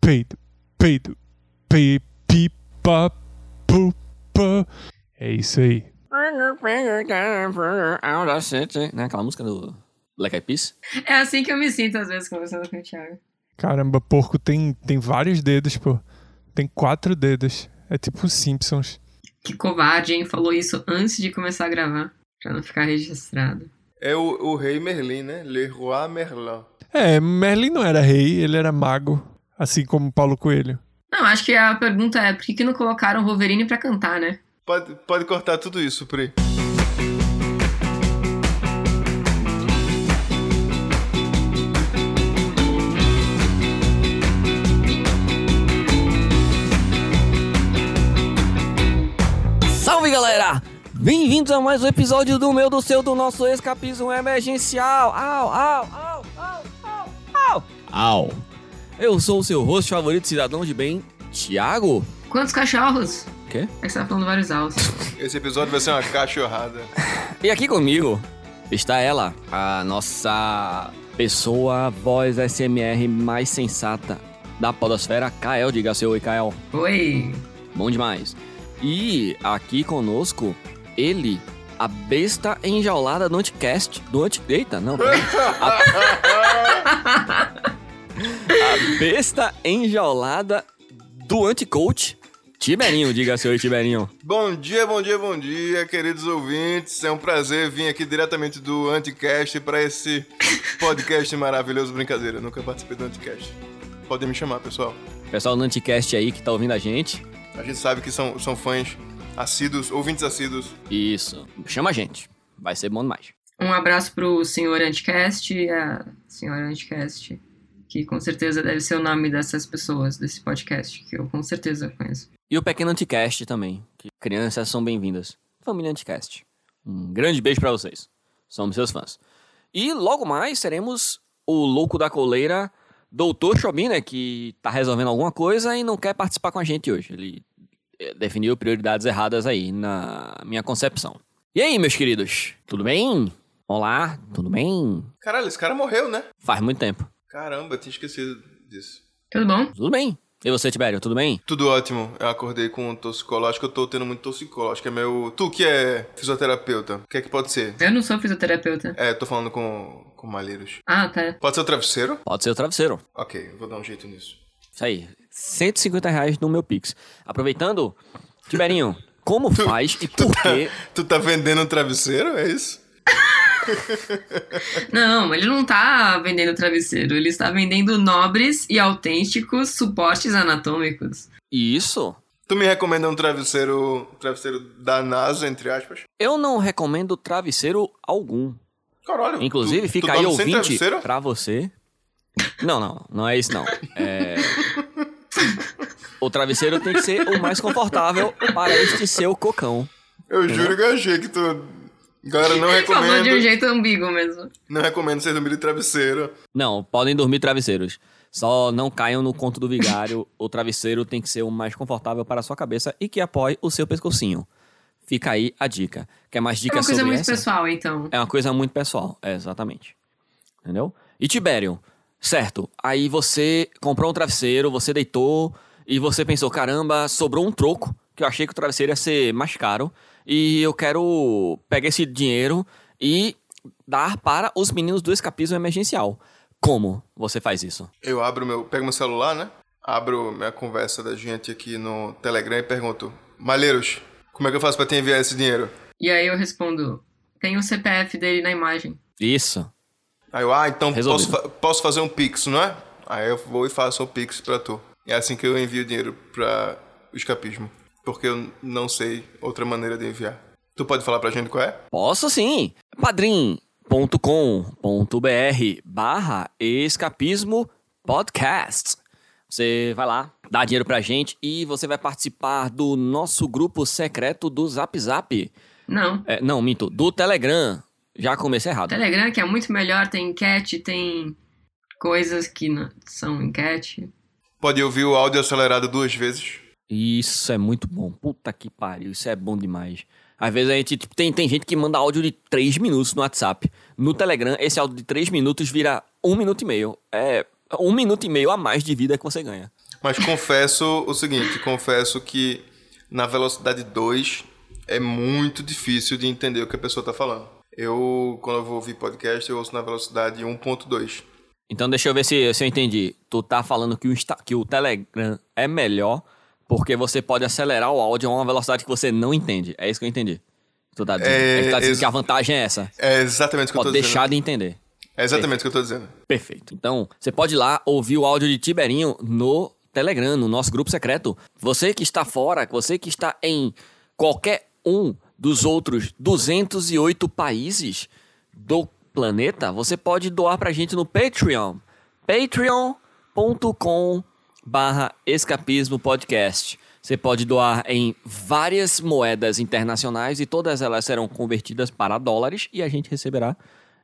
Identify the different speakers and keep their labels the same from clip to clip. Speaker 1: peido, peido, pei, pipa, pupa. É isso aí.
Speaker 2: Out of city. Né? Aquela música do Black Eyed Peas.
Speaker 3: É assim que eu me sinto às vezes conversando com o Thiago.
Speaker 1: Caramba, porco tem, tem vários dedos, pô. Tem quatro dedos. É tipo os Simpsons.
Speaker 3: Que covarde, hein? Falou isso antes de começar a gravar, pra não ficar registrado.
Speaker 4: É o, o rei Merlin, né? Le Roi Merlin.
Speaker 1: É, Merlin não era rei, ele era mago. Assim como Paulo Coelho.
Speaker 3: Não, acho que a pergunta é por que, que não colocaram Wolverine pra cantar, né?
Speaker 4: Pode, pode cortar tudo isso, Pri.
Speaker 2: Salve galera! Bem-vindos a mais um episódio do meu, do seu, do nosso escapismo emergencial! Au, au, au, au, au, au! Au! Eu sou o seu host favorito, cidadão de bem, Thiago.
Speaker 3: Quantos cachorros?
Speaker 2: Quê?
Speaker 3: É que você tá falando vários alvos.
Speaker 4: Esse episódio vai ser uma cachorrada.
Speaker 2: E aqui comigo está ela, a nossa pessoa, voz SMR mais sensata da podosfera, Kael. Diga seu oi, Kael.
Speaker 3: Oi!
Speaker 2: Bom demais. E aqui conosco, ele, a besta enjaulada do Anticast. Do anti... Eita, não. peraí. A besta enjaulada do Anticoach, Tiberinho. Diga seu oi, Tiberinho.
Speaker 4: Bom dia, bom dia, bom dia, queridos ouvintes. É um prazer vir aqui diretamente do Anticast para esse podcast maravilhoso. Brincadeira, eu nunca participei do Anticast. Podem me chamar, pessoal.
Speaker 2: Pessoal do Anticast aí que tá ouvindo a gente.
Speaker 4: A gente sabe que são, são fãs assíduos, ouvintes assíduos.
Speaker 2: Isso. Chama a gente. Vai ser bom demais.
Speaker 3: Um abraço pro senhor Anticast e a senhora Anticast, que com certeza deve ser o nome dessas pessoas desse podcast, que eu com certeza conheço.
Speaker 2: E o pequeno Anticast também. Que crianças são bem-vindas. Família Anticast. Um grande beijo pra vocês. Somos seus fãs. E logo mais teremos o louco da coleira, Doutor Chobin, né? Que tá resolvendo alguma coisa e não quer participar com a gente hoje. Ele eh, definiu prioridades erradas aí, na minha concepção. E aí, meus queridos? Tudo bem? Olá, tudo bem?
Speaker 4: Caralho, esse cara morreu, né?
Speaker 2: Faz muito tempo.
Speaker 4: Caramba, eu tinha esquecido disso.
Speaker 3: Tudo bom?
Speaker 2: Tudo bem. E você, Tibério, tudo bem?
Speaker 4: Tudo ótimo. Eu acordei com um toxicológico, eu tô tendo muito toxicológico. É meu. Tu que é fisioterapeuta, o que é que pode ser?
Speaker 3: Eu não sou fisioterapeuta.
Speaker 4: É, tô falando com, com malheiros.
Speaker 3: Ah, tá.
Speaker 4: Pode ser o travesseiro?
Speaker 2: Pode ser o travesseiro.
Speaker 4: Ok, eu vou dar um jeito nisso.
Speaker 2: Isso aí. 150 reais no meu Pix. Aproveitando, Tiberinho, como faz e por quê?
Speaker 4: Tu tá vendendo um travesseiro? É isso?
Speaker 3: Não, ele não tá vendendo travesseiro, ele está vendendo nobres e autênticos suportes anatômicos.
Speaker 2: Isso.
Speaker 4: Tu me recomenda um travesseiro. travesseiro da NASA, entre aspas?
Speaker 2: Eu não recomendo travesseiro algum.
Speaker 4: Caralho.
Speaker 2: Inclusive,
Speaker 4: tu,
Speaker 2: fica
Speaker 4: tu
Speaker 2: aí
Speaker 4: dorme sem
Speaker 2: ouvinte
Speaker 4: travesseiro?
Speaker 2: pra você. Não, não, não é isso não. É... O travesseiro tem que ser o mais confortável para este seu cocão.
Speaker 4: Eu juro que eu achei que tu. Galera, não
Speaker 3: ele falou de um
Speaker 4: recomendo.
Speaker 3: jeito ambíguo mesmo.
Speaker 4: Não recomendo vocês dormirem de travesseiro.
Speaker 2: Não, podem dormir travesseiros. Só não caiam no conto do vigário. O travesseiro tem que ser o mais confortável para a sua cabeça e que apoie o seu pescocinho. Fica aí a dica. Quer mais
Speaker 3: É
Speaker 2: dicas
Speaker 3: uma coisa
Speaker 2: sobre
Speaker 3: muito
Speaker 2: essa?
Speaker 3: pessoal, então.
Speaker 2: É uma coisa muito pessoal, é, exatamente. Entendeu? E Tibério, certo, aí você comprou um travesseiro, você deitou e você pensou, caramba, sobrou um troco, que eu achei que o travesseiro ia ser mais caro, e eu quero pegar esse dinheiro e dar para os meninos do escapismo emergencial. Como você faz isso?
Speaker 4: Eu abro meu. Pego meu celular, né? Abro minha conversa da gente aqui no Telegram e pergunto: Malheiros, como é que eu faço pra te enviar esse dinheiro?
Speaker 3: E aí eu respondo: tem o CPF dele na imagem.
Speaker 2: Isso.
Speaker 4: Aí eu, ah, então posso,
Speaker 2: Resolvido.
Speaker 4: fa- posso fazer um Pix, não é? Aí eu vou e faço um Pix pra tu. É assim que eu envio dinheiro pra o escapismo. Porque eu não sei outra maneira de enviar. Tu pode falar pra gente qual é?
Speaker 2: Posso sim. padrim.com.br barra escapismo podcast. Você vai lá, dá dinheiro pra gente e você vai participar do nosso grupo secreto do Zap Zap.
Speaker 3: Não.
Speaker 2: É, não, minto, do Telegram. Já comecei errado.
Speaker 3: Telegram, que é muito melhor, tem enquete, tem coisas que não são enquete.
Speaker 4: Pode ouvir o áudio acelerado duas vezes.
Speaker 2: Isso é muito bom. Puta que pariu, isso é bom demais. Às vezes a gente tipo, tem, tem gente que manda áudio de 3 minutos no WhatsApp. No Telegram, esse áudio de 3 minutos vira 1 minuto e um meio. É um minuto e meio a mais de vida que você ganha.
Speaker 4: Mas confesso o seguinte, confesso que na velocidade 2 é muito difícil de entender o que a pessoa tá falando. Eu, quando eu vou ouvir podcast, eu ouço na velocidade 1.2.
Speaker 2: Então deixa eu ver se, se eu entendi. Tu tá falando que o, Insta- que o Telegram é melhor porque você pode acelerar o áudio a uma velocidade que você não entende. É isso que eu entendi. Tu tá dizendo,
Speaker 4: É,
Speaker 2: é, que, tá dizendo
Speaker 4: ex-
Speaker 2: que a vantagem é essa.
Speaker 4: É exatamente o que eu
Speaker 2: Pode
Speaker 4: tô
Speaker 2: deixar
Speaker 4: dizendo.
Speaker 2: de entender.
Speaker 4: É exatamente o que eu tô dizendo.
Speaker 2: Perfeito. Então, você pode ir lá ouvir o áudio de Tiberinho no Telegram, no nosso grupo secreto. Você que está fora, você que está em qualquer um dos outros 208 países do planeta, você pode doar pra gente no Patreon. patreon.com barra escapismo podcast. Você pode doar em várias moedas internacionais e todas elas serão convertidas para dólares e a gente receberá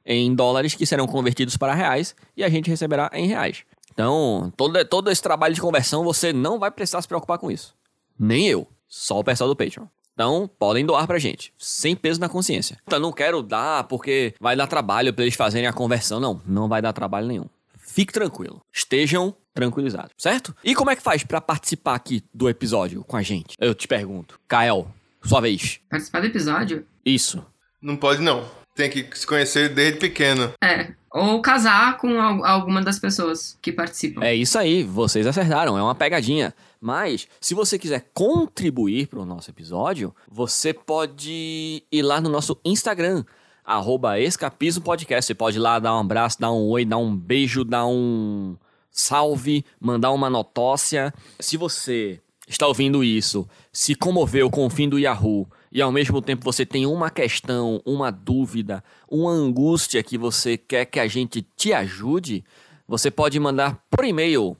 Speaker 2: em dólares que serão convertidos para reais e a gente receberá em reais. Então, todo, todo esse trabalho de conversão você não vai precisar se preocupar com isso. Nem eu, só o pessoal do Patreon. Então, podem doar pra gente, sem peso na consciência. Então, Eu não quero dar porque vai dar trabalho pra eles fazerem a conversão. Não, não vai dar trabalho nenhum. Fique tranquilo. Estejam tranquilizados, certo? E como é que faz pra participar aqui do episódio com a gente? Eu te pergunto. Kael, sua vez.
Speaker 3: Participar do episódio?
Speaker 2: Isso.
Speaker 4: Não pode não. Tem que se conhecer desde pequeno.
Speaker 3: É. Ou casar com al- alguma das pessoas que participam.
Speaker 2: É isso aí, vocês acertaram, é uma pegadinha. Mas, se você quiser contribuir para o nosso episódio, você pode ir lá no nosso Instagram, arroba Escapismo Podcast. Você pode ir lá dar um abraço, dar um oi, dar um beijo, dar um salve, mandar uma notócia. Se você está ouvindo isso, se comoveu com o fim do Yahoo e ao mesmo tempo você tem uma questão, uma dúvida, uma angústia que você quer que a gente te ajude, você pode mandar por e-mail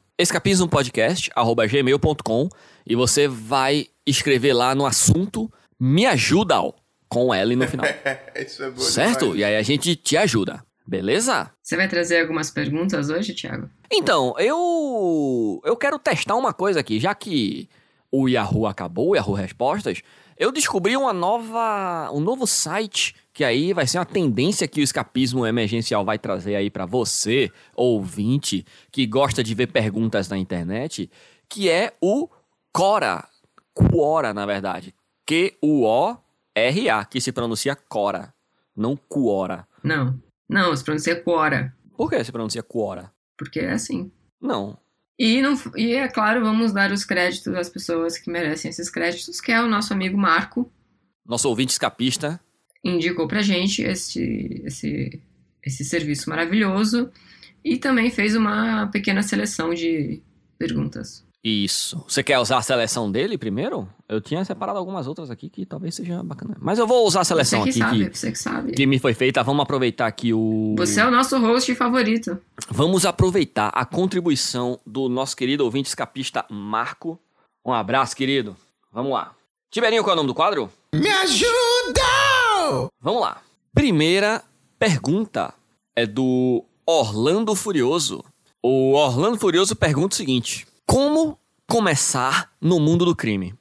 Speaker 2: escapismpodcast@gmail.com e você vai escrever lá no assunto me ajuda Al", com L no final,
Speaker 4: Isso é bom
Speaker 2: certo? E aí a gente te ajuda, beleza?
Speaker 3: Você vai trazer algumas perguntas hoje, Thiago?
Speaker 2: Então, eu eu quero testar uma coisa aqui, já que o Yahoo acabou, o Yahoo Respostas, eu descobri uma nova, um novo site que aí vai ser uma tendência que o escapismo emergencial vai trazer aí pra você, ouvinte, que gosta de ver perguntas na internet, que é o Cora, Quora, na verdade, Q U O R A, que se pronuncia Cora, não Quora.
Speaker 3: Não. Não, se pronuncia Quora.
Speaker 2: Por que se pronuncia Quora?
Speaker 3: Porque é assim.
Speaker 2: Não,
Speaker 3: E, não, f- e é claro, vamos dar os créditos às pessoas que merecem esses créditos, que é o nosso amigo Marco,
Speaker 2: nosso ouvinte escapista
Speaker 3: indicou pra gente esse, esse, esse serviço maravilhoso e também fez uma pequena seleção de perguntas.
Speaker 2: Isso. Você quer usar a seleção dele primeiro? Eu tinha separado algumas outras aqui que talvez seja bacana. Mas eu vou usar a seleção
Speaker 3: você que
Speaker 2: aqui
Speaker 3: sabe,
Speaker 2: que,
Speaker 3: você que sabe.
Speaker 2: que me foi feita. Vamos aproveitar aqui o.
Speaker 3: Você é o nosso host favorito.
Speaker 2: Vamos aproveitar a contribuição do nosso querido ouvinte escapista Marco. Um abraço, querido. Vamos lá. Tiberinho, qual é o nome do quadro?
Speaker 4: Me ajuda!
Speaker 2: Vamos lá. Primeira pergunta é do Orlando Furioso. O Orlando Furioso pergunta o seguinte: Como começar no mundo do crime?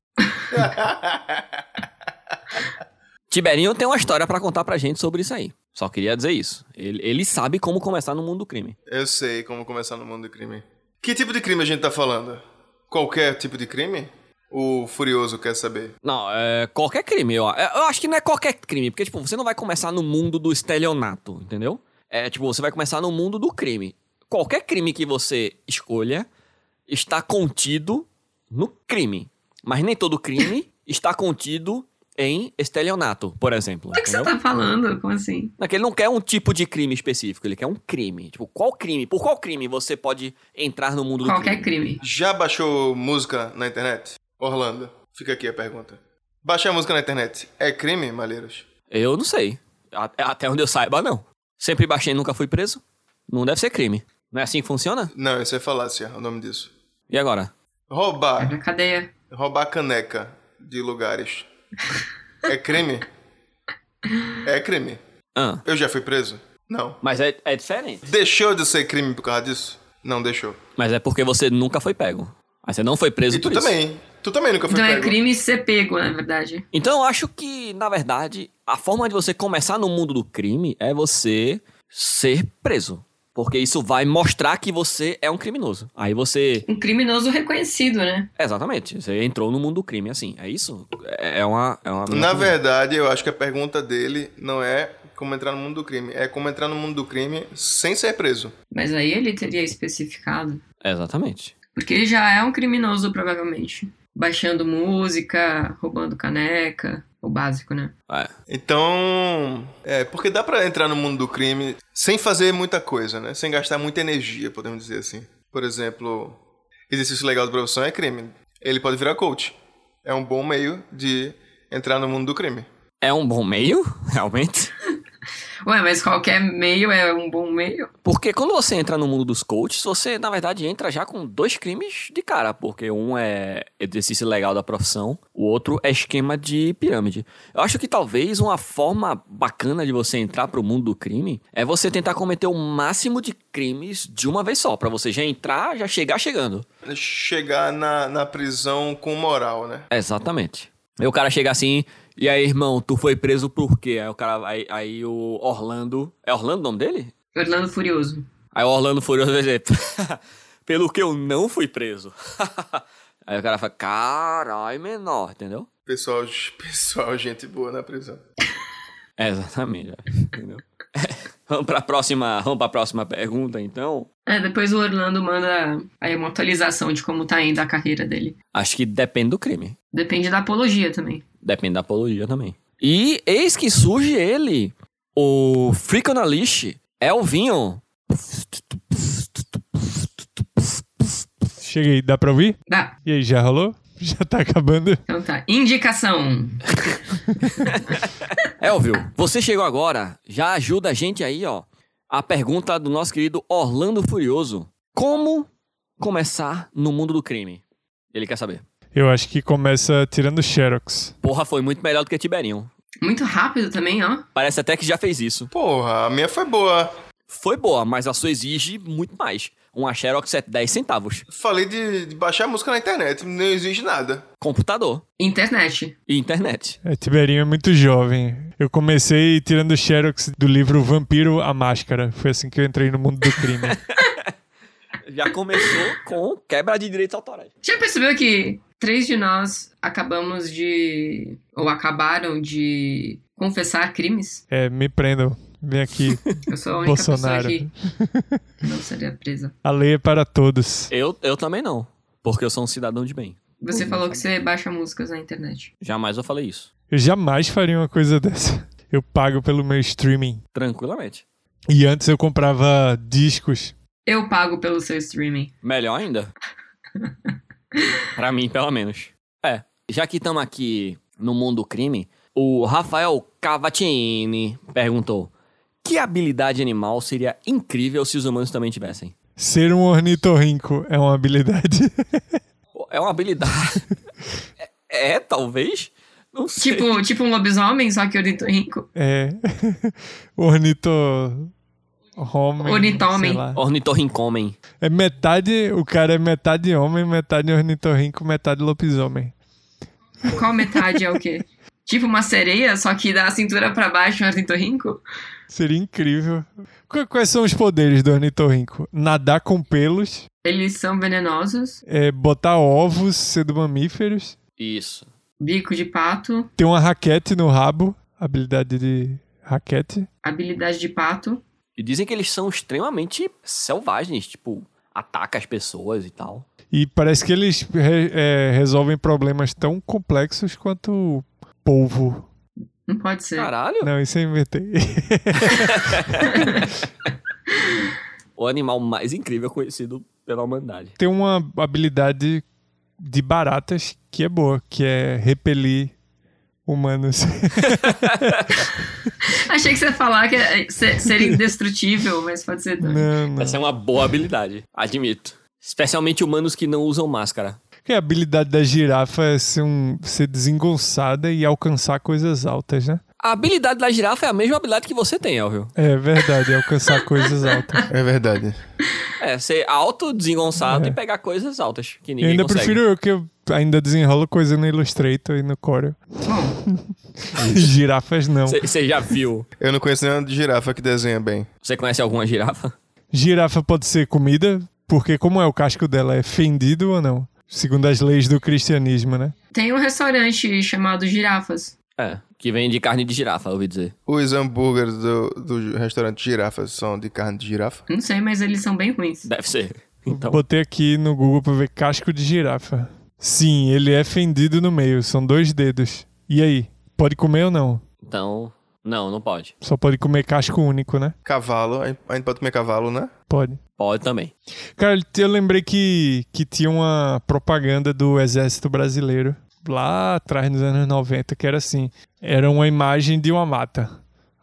Speaker 2: Tiberinho tem uma história pra contar pra gente sobre isso aí. Só queria dizer isso. Ele, ele sabe como começar no mundo do crime.
Speaker 4: Eu sei como começar no mundo do crime. Que tipo de crime a gente tá falando? Qualquer tipo de crime? O Furioso quer saber.
Speaker 2: Não, é qualquer crime. Eu, eu acho que não é qualquer crime, porque, tipo, você não vai começar no mundo do estelionato, entendeu? É, tipo, você vai começar no mundo do crime. Qualquer crime que você escolha está contido no crime. Mas nem todo crime está contido em estelionato, por exemplo.
Speaker 3: O que você
Speaker 2: entendeu?
Speaker 3: tá falando? Como assim?
Speaker 2: Não, que ele não quer um tipo de crime específico, ele quer um crime. Tipo, qual crime? Por qual crime você pode entrar no mundo do crime?
Speaker 3: Qualquer crime.
Speaker 4: Já baixou música na internet? Orlando, fica aqui a pergunta. Baixar música na internet é crime, Malheiros?
Speaker 2: Eu não sei. A- Até onde eu saiba, não. Sempre baixei e nunca fui preso. Não deve ser crime. Não é assim que funciona?
Speaker 4: Não, isso é falácia, o nome disso.
Speaker 2: E agora?
Speaker 3: É
Speaker 4: Roubar,
Speaker 3: pra cadeia.
Speaker 4: roubar caneca de lugares é crime? É crime.
Speaker 2: Ah,
Speaker 4: Eu já fui preso? Não.
Speaker 2: mas é, é diferente.
Speaker 4: Deixou de ser crime por causa disso? Não deixou.
Speaker 2: Mas é porque você nunca foi pego. Mas você não foi preso
Speaker 4: E tu
Speaker 2: por isso.
Speaker 4: também. Tu também nunca foi
Speaker 3: Então é
Speaker 4: pego.
Speaker 3: crime ser pego, na verdade.
Speaker 2: Então eu acho que, na verdade, a forma de você começar no mundo do crime é você ser preso. Porque isso vai mostrar que você é um criminoso. Aí você.
Speaker 3: Um criminoso reconhecido, né?
Speaker 2: Exatamente. Você entrou no mundo do crime, assim. É isso? É é uma. É uma
Speaker 4: Na verdade, eu acho que a pergunta dele não é como entrar no mundo do crime, é como entrar no mundo do crime sem ser preso.
Speaker 3: Mas aí ele teria especificado.
Speaker 2: Exatamente.
Speaker 3: Porque ele já é um criminoso, provavelmente. Baixando música, roubando caneca. O básico, né?
Speaker 2: É.
Speaker 4: Então, é, porque dá pra entrar no mundo do crime sem fazer muita coisa, né? Sem gastar muita energia, podemos dizer assim. Por exemplo, exercício legal de profissão é crime. Ele pode virar coach. É um bom meio de entrar no mundo do crime.
Speaker 2: É um bom meio, realmente.
Speaker 3: Ué, mas qualquer meio é um bom meio?
Speaker 2: Porque quando você entra no mundo dos coaches, você, na verdade, entra já com dois crimes de cara. Porque um é exercício legal da profissão, o outro é esquema de pirâmide. Eu acho que talvez uma forma bacana de você entrar pro mundo do crime é você tentar cometer o máximo de crimes de uma vez só. pra você já entrar, já chegar chegando.
Speaker 4: Chegar na, na prisão com moral, né?
Speaker 2: Exatamente. Aí o cara chega assim, e aí, irmão, tu foi preso por quê? Aí o cara, aí, aí o Orlando. É Orlando o nome dele?
Speaker 3: Orlando Furioso.
Speaker 2: Aí o Orlando Furioso vai dizer: pelo que eu não fui preso. aí o cara fala: caralho, menor, entendeu?
Speaker 4: Pessoal, pessoal, gente boa na prisão.
Speaker 2: É, exatamente, entendeu? vamos, pra próxima, vamos pra próxima pergunta, então.
Speaker 3: É, depois o Orlando manda aí uma atualização de como tá indo a carreira dele.
Speaker 2: Acho que depende do crime.
Speaker 3: Depende da apologia também.
Speaker 2: Depende da apologia também. E eis que surge ele, o Fricanalish, Elvinho.
Speaker 1: Cheguei, dá pra ouvir?
Speaker 3: Dá.
Speaker 1: E aí, já rolou? Já tá acabando?
Speaker 3: Então tá. Indicação.
Speaker 2: Elvio, você chegou agora, já ajuda a gente aí, ó. A pergunta do nosso querido Orlando Furioso: Como começar no mundo do crime? Ele quer saber.
Speaker 1: Eu acho que começa tirando xerox.
Speaker 2: Porra, foi muito melhor do que Tiberinho.
Speaker 3: Muito rápido também, ó.
Speaker 2: Parece até que já fez isso.
Speaker 4: Porra, a minha foi boa.
Speaker 2: Foi boa, mas a sua exige muito mais. Uma Xerox é 10 centavos.
Speaker 4: Falei de, de baixar música na internet, não exige nada.
Speaker 2: Computador
Speaker 3: Internet.
Speaker 2: e internet.
Speaker 1: É, Tiberinho é muito jovem. Eu comecei tirando xerox do livro Vampiro a Máscara. Foi assim que eu entrei no mundo do crime.
Speaker 2: Já começou com quebra de direitos autorais.
Speaker 3: Já percebeu que três de nós acabamos de. ou acabaram de confessar crimes?
Speaker 1: é, me prendam. Vem aqui,
Speaker 3: Eu sou a única
Speaker 1: Bolsonaro.
Speaker 3: pessoa que não seria presa.
Speaker 1: A lei é para todos.
Speaker 2: Eu, eu também não, porque eu sou um cidadão de bem.
Speaker 3: Você falou que você baixa músicas na internet.
Speaker 2: Jamais eu falei isso.
Speaker 1: Eu jamais faria uma coisa dessa. Eu pago pelo meu streaming.
Speaker 2: Tranquilamente.
Speaker 1: E antes eu comprava discos.
Speaker 3: Eu pago pelo seu streaming.
Speaker 2: Melhor ainda. pra mim, pelo menos. É. Já que estamos aqui no mundo do crime, o Rafael Cavatini perguntou: Que habilidade animal seria incrível se os humanos também tivessem?
Speaker 1: Ser um ornitorrinco é uma habilidade.
Speaker 2: Pô, É uma habilidade. é, é, talvez? Não sei.
Speaker 3: Tipo, tipo um lobisomem, só que ornitorrinco.
Speaker 1: É. Ornito. Homem.
Speaker 3: Ornitomem.
Speaker 1: sei lá.
Speaker 2: Ornitorrincomem.
Speaker 1: É metade. O cara é metade homem, metade ornitorrinco, metade lobisomem.
Speaker 3: Qual metade é o quê? Tipo uma sereia, só que da cintura pra baixo é um ornitorrinco?
Speaker 1: Seria incrível. Qu- Quais são os poderes do ornitorrinco? Nadar com pelos,
Speaker 3: Eles são venenosos,
Speaker 1: é, botar ovos sendo mamíferos,
Speaker 2: Isso.
Speaker 3: bico de pato,
Speaker 1: ter uma raquete no rabo, habilidade de raquete.
Speaker 3: habilidade de pato.
Speaker 2: E dizem que eles são extremamente selvagens, tipo, ataca as pessoas e tal.
Speaker 1: E parece que eles re- é, resolvem problemas tão complexos quanto o polvo.
Speaker 3: Não pode ser.
Speaker 2: Caralho!
Speaker 1: Não, isso eu inventei.
Speaker 2: O animal mais incrível conhecido pela humanidade.
Speaker 1: Tem uma habilidade de baratas que é boa, que é repelir humanos.
Speaker 3: Achei que você ia falar que é ser, ser indestrutível, mas pode ser também.
Speaker 1: não, não.
Speaker 2: Essa é uma boa habilidade, admito. Especialmente humanos que não usam máscara.
Speaker 1: Que a habilidade da girafa é ser, um, ser desengonçada e alcançar coisas altas, né?
Speaker 2: A habilidade da girafa é a mesma habilidade que você tem, Elvio.
Speaker 1: É verdade, é alcançar coisas altas.
Speaker 4: É verdade.
Speaker 2: É, ser alto, desengonçado e pegar coisas altas que
Speaker 1: É. Eu
Speaker 2: ninguém
Speaker 1: ainda
Speaker 2: consegue.
Speaker 1: prefiro eu que eu ainda desenrolo coisa no Illustrator e no Corel.
Speaker 3: Bom,
Speaker 1: Girafas não.
Speaker 2: Você já viu?
Speaker 4: Eu não conheço nenhuma de girafa que desenha bem.
Speaker 2: Você conhece alguma girafa?
Speaker 1: Girafa pode ser comida, porque como é o casco dela, é fendido ou não? Segundo as leis do cristianismo, né?
Speaker 3: Tem um restaurante chamado Girafas.
Speaker 2: É, que vem de carne de girafa, ouvi dizer.
Speaker 4: Os hambúrgueres do, do restaurante girafas são de carne de girafa?
Speaker 3: Não sei, mas eles são bem ruins.
Speaker 2: Deve ser. Então,
Speaker 1: Botei aqui no Google pra ver casco de girafa. Sim, ele é fendido no meio, são dois dedos. E aí? Pode comer ou não?
Speaker 2: então, não, não pode.
Speaker 1: Só pode comer casco único, né?
Speaker 4: Cavalo, a gente a gente pode comer cavalo, né?
Speaker 1: Pode.
Speaker 2: Pode também.
Speaker 1: Cara, eu lembrei que, que tinha uma propaganda do Exército Brasileiro lá atrás, nos anos 90, que era assim: era uma imagem de uma mata.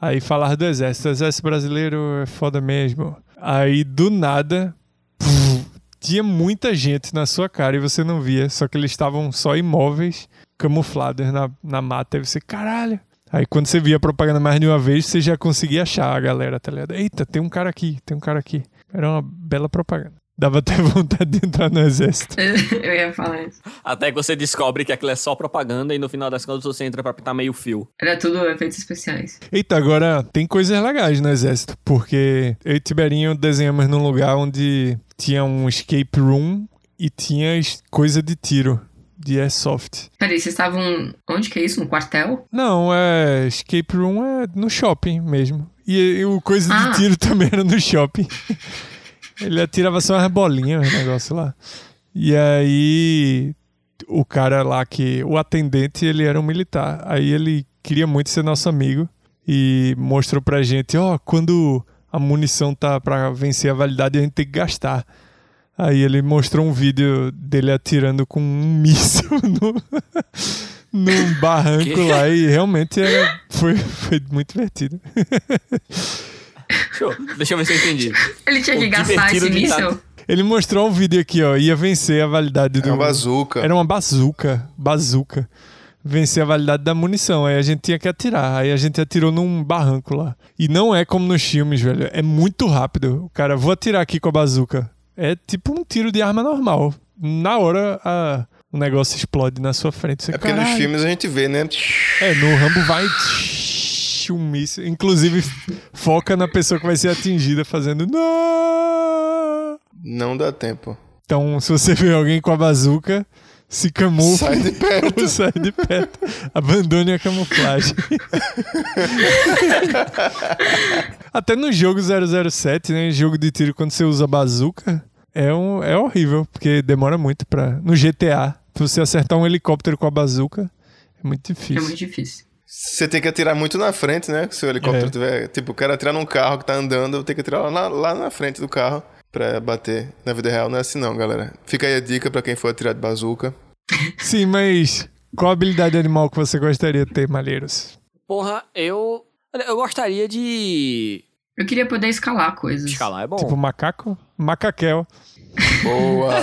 Speaker 1: Aí falava do Exército, Exército Brasileiro é foda mesmo. Aí do nada, puf, tinha muita gente na sua cara e você não via, só que eles estavam só imóveis, camuflados na, na mata. Aí você, caralho. Aí quando você via a propaganda mais de uma vez, você já conseguia achar a galera, tá ligado? Eita, tem um cara aqui, tem um cara aqui. Era uma bela propaganda. Dava até vontade de entrar no exército.
Speaker 3: Eu ia falar isso.
Speaker 2: Até que você descobre que aquilo é só propaganda e no final das contas você entra pra apitar meio fio.
Speaker 3: Era tudo efeitos especiais.
Speaker 1: Eita, agora tem coisas legais no exército, porque eu e Tiberinho desenhamos num lugar onde tinha um escape room e tinha es- coisa de tiro, de airsoft.
Speaker 3: Peraí, vocês estavam. Onde que é isso? Um quartel?
Speaker 1: Não, é. Escape room é no shopping mesmo. E, e o coisa
Speaker 3: Ah.
Speaker 1: de tiro também era no shopping. Ele atirava só umas bolinhas, o negócio lá. E aí. O cara lá que. O atendente, ele era um militar. Aí ele queria muito ser nosso amigo. E mostrou pra gente: ó, quando a munição tá pra vencer a validade, a gente tem que gastar. Aí ele mostrou um vídeo dele atirando com um míssil no, num barranco
Speaker 2: Quê?
Speaker 1: lá e realmente era- foi, foi muito divertido.
Speaker 2: Show. Deixa eu ver se eu entendi.
Speaker 3: Ele tinha que
Speaker 2: O
Speaker 3: gastar
Speaker 2: divertido
Speaker 3: esse
Speaker 2: de
Speaker 3: míssil?
Speaker 1: Ele mostrou um vídeo aqui, ó, ia vencer a validade do...
Speaker 4: É uma bazuca.
Speaker 1: Era um uma bazuca, bazuca. Vencer a validade da munição, aí a gente tinha que atirar, aí a gente atirou num barranco lá. E não é como nos filmes, velho, é muito rápido. O cara, vou atirar aqui com a bazuca. É tipo um tiro de arma normal. Na hora, a- o negócio explode na sua frente. Você,
Speaker 4: É porque nos
Speaker 1: "Caralho".
Speaker 4: filmes a gente vê, né?
Speaker 1: É, no Rambo vai tsh, um míssil. Inclusive, foca na pessoa que vai ser atingida fazendo. "Não!"
Speaker 4: Não dá tempo.
Speaker 1: Então, se você vê alguém com a bazuca, se camufla.
Speaker 4: Sai de perto.
Speaker 1: ou sai de perto. Abandone a camuflagem. Até no jogo 007, né? Jogo de tiro, quando você usa a bazuca, é, um, é horrível, porque demora muito pra. No GTA, pra você acertar um helicóptero com a bazuca, é muito
Speaker 3: É
Speaker 1: difícil.
Speaker 3: muito difícil.
Speaker 4: Você tem que atirar muito na frente, né? Se o helicóptero
Speaker 1: É.
Speaker 4: tiver. Tipo, o cara atirar num carro que tá andando, eu tenho que atirar lá na, lá na frente do carro pra bater. Na vida real não é assim, não, galera. Fica aí a dica pra quem for atirar de bazuca.
Speaker 1: Sim, mas qual habilidade animal que você gostaria de ter, Malheiros?
Speaker 2: Porra, eu. olha, Eu gostaria de.
Speaker 3: Eu queria poder escalar coisas.
Speaker 2: Escalar é bom.
Speaker 1: Tipo macaco? Macaquel.
Speaker 4: Boa!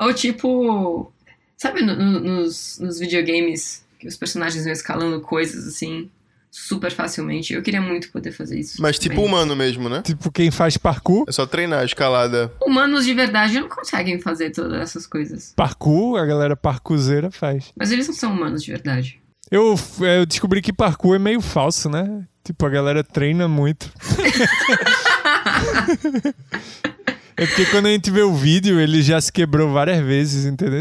Speaker 3: Ou tipo. Sabe no- no- nos, nos videogames que os personagens vão escalando coisas assim super facilmente? Eu queria muito poder fazer isso.
Speaker 4: Mas tipo
Speaker 3: Bem,
Speaker 4: humano mesmo, né?
Speaker 1: Tipo quem faz parkour.
Speaker 4: É só treinar a escalada.
Speaker 3: Humanos de verdade não conseguem fazer todas essas coisas.
Speaker 1: Parkour, a galera parkourzeira faz.
Speaker 3: Mas eles não são humanos de verdade.
Speaker 1: Eu, é, eu descobri que parkour é meio falso, né? Tipo, a galera treina muito. é porque quando a gente vê o vídeo, ele já se quebrou várias vezes, entendeu?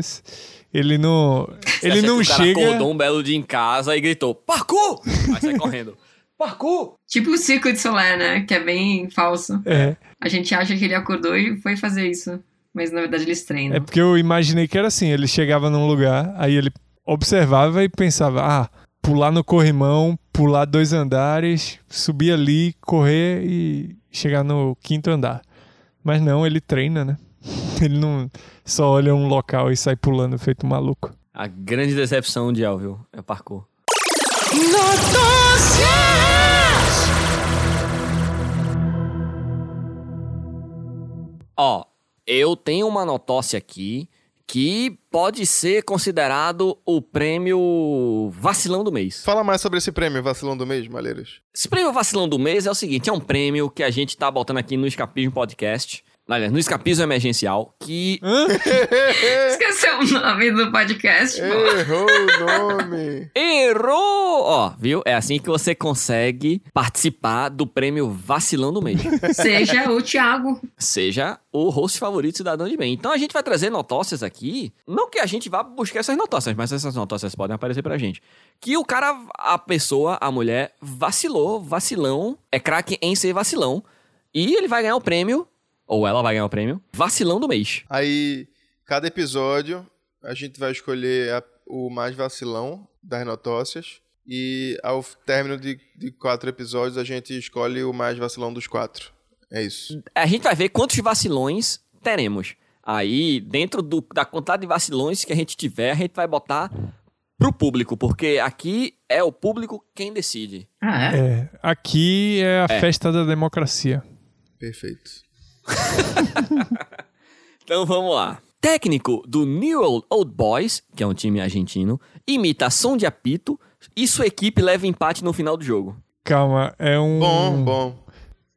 Speaker 1: Ele não.
Speaker 2: Você
Speaker 1: Ele
Speaker 2: acha
Speaker 1: não
Speaker 2: que o cara
Speaker 1: chega.
Speaker 2: acordou um belo dia em casa e gritou: Parkour! Aí sai correndo. Parkour!
Speaker 3: Tipo o Circo de Solé, né? Que é bem falso.
Speaker 1: É,
Speaker 3: A gente acha que ele acordou e foi fazer isso. Mas na verdade eles treinam.
Speaker 1: é porque eu imaginei que era assim: ele chegava num lugar, aí ele observava e pensava, ah, pular no corrimão, pular dois andares, subir ali, correr e chegar no quinto andar. Mas não, ele treina, né? Ele não só olha um local e sai pulando feito maluco.
Speaker 2: A grande decepção de Elvio é parkour. Ó, eu tenho uma notócia aqui que pode ser considerado o prêmio vacilão do mês.
Speaker 4: Fala mais sobre esse prêmio, vacilão do mês, Malheiros.
Speaker 2: Esse prêmio vacilão do mês é o seguinte, é um prêmio que a gente tá botando aqui no Escapismo Podcast. Aliás, no escapismo emergencial, que
Speaker 3: Esqueceu o nome do
Speaker 4: É.
Speaker 3: podcast, mano.
Speaker 4: Errou o nome.
Speaker 2: errou! Ó, viu? É assim que você consegue participar do prêmio Vacilão do Mês.
Speaker 3: Seja o Thiago.
Speaker 2: seja o host favorito cidadão de bem. Então a gente vai trazer notócias aqui, não que a gente vá buscar essas notócias, mas essas notócias podem aparecer pra gente. Que o cara, a pessoa, a mulher vacilou, vacilão, é craque em ser vacilão, e ele vai ganhar o prêmio, ou ela vai ganhar o prêmio, vacilão do mês.
Speaker 4: Aí, cada episódio, a gente vai escolher a- o mais vacilão das notócias. E ao término de, de quatro episódios, a gente escolhe o mais vacilão dos quatro. É isso.
Speaker 2: A gente vai ver quantos vacilões teremos. Aí, dentro do- da quantidade de vacilões que a gente tiver, a gente vai botar pro público, porque aqui é o público quem decide.
Speaker 3: Ah, é?
Speaker 1: É, aqui é a festa da democracia.
Speaker 4: Perfeito.
Speaker 2: Então vamos lá. Técnico do New Old, Old Boys, que é um time argentino, imita som de apito e sua equipe leva empate no final do jogo.
Speaker 1: Calma, é um
Speaker 4: Bom, bom.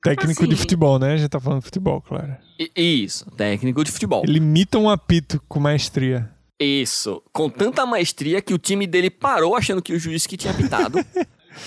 Speaker 1: técnico
Speaker 3: Assim.
Speaker 1: de futebol, né? A gente tá falando de futebol, claro.
Speaker 2: I- isso, técnico de futebol.
Speaker 1: Ele imita um apito com maestria.
Speaker 2: Isso, com tanta maestria que o time dele parou achando que o juiz que tinha apitado.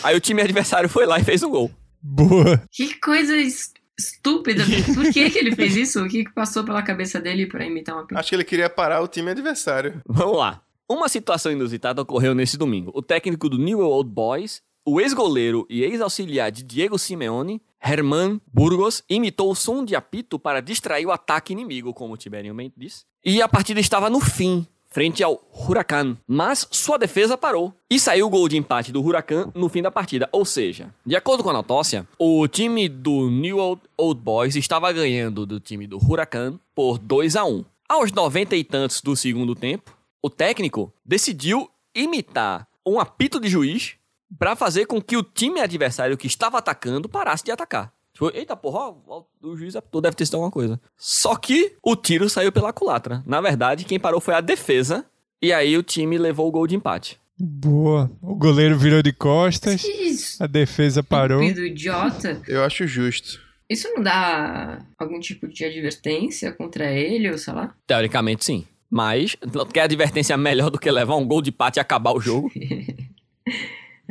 Speaker 2: Aí o time adversário foi lá e fez um gol.
Speaker 1: Boa.
Speaker 3: Que coisa es- estúpida. Por que, que ele fez isso? O que, que passou pela cabeça dele pra imitar uma pinta?
Speaker 4: Acho que ele queria parar o time adversário.
Speaker 2: Vamos lá. Uma situação inusitada ocorreu nesse domingo. O técnico do New Old Boys, o ex-goleiro e ex-auxiliar de Diego Simeone, Herman Burgos, imitou o som de apito para distrair o ataque inimigo, como o Tiberinho Mendes disse. E a partida estava no fim, frente ao Huracan. Mas sua defesa parou. E saiu o gol de empate do Huracan no fim da partida. Ou seja, de acordo com a notócia, o time do New Old, Old Boys estava ganhando do time do Huracan por 2 a 1 Aos 90 e tantos do segundo tempo, o técnico decidiu imitar um apito de juiz pra fazer com que o time adversário que estava atacando parasse de atacar. Tipo, eita porra, ó, ó, o juiz apitou, deve ter sido alguma coisa. Só que o tiro saiu pela culatra. Na verdade, quem parou foi a defesa. E aí o time levou o gol de empate.
Speaker 1: Boa. O goleiro virou de costas,
Speaker 3: Que isso?
Speaker 1: a defesa parou.
Speaker 3: Estúpido, idiota.
Speaker 4: Eu acho justo.
Speaker 3: Isso não dá algum tipo de advertência contra ele, ou sei lá?
Speaker 2: Teoricamente, sim. Mas, quer advertência melhor do que levar um gol de empate e acabar o jogo?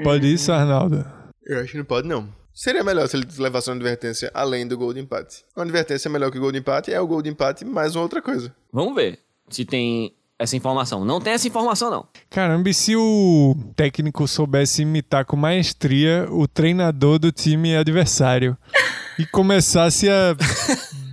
Speaker 1: Pode isso, Arnaldo?
Speaker 4: Eu acho que não pode, não. Seria melhor se ele levasse uma advertência além do gol de empate. Uma advertência melhor que o gol de empate é o gol de empate mais uma outra coisa.
Speaker 2: Vamos ver se tem essa informação. Não tem essa informação, não.
Speaker 1: Caramba, e se o técnico soubesse imitar com maestria o treinador do time adversário e começasse a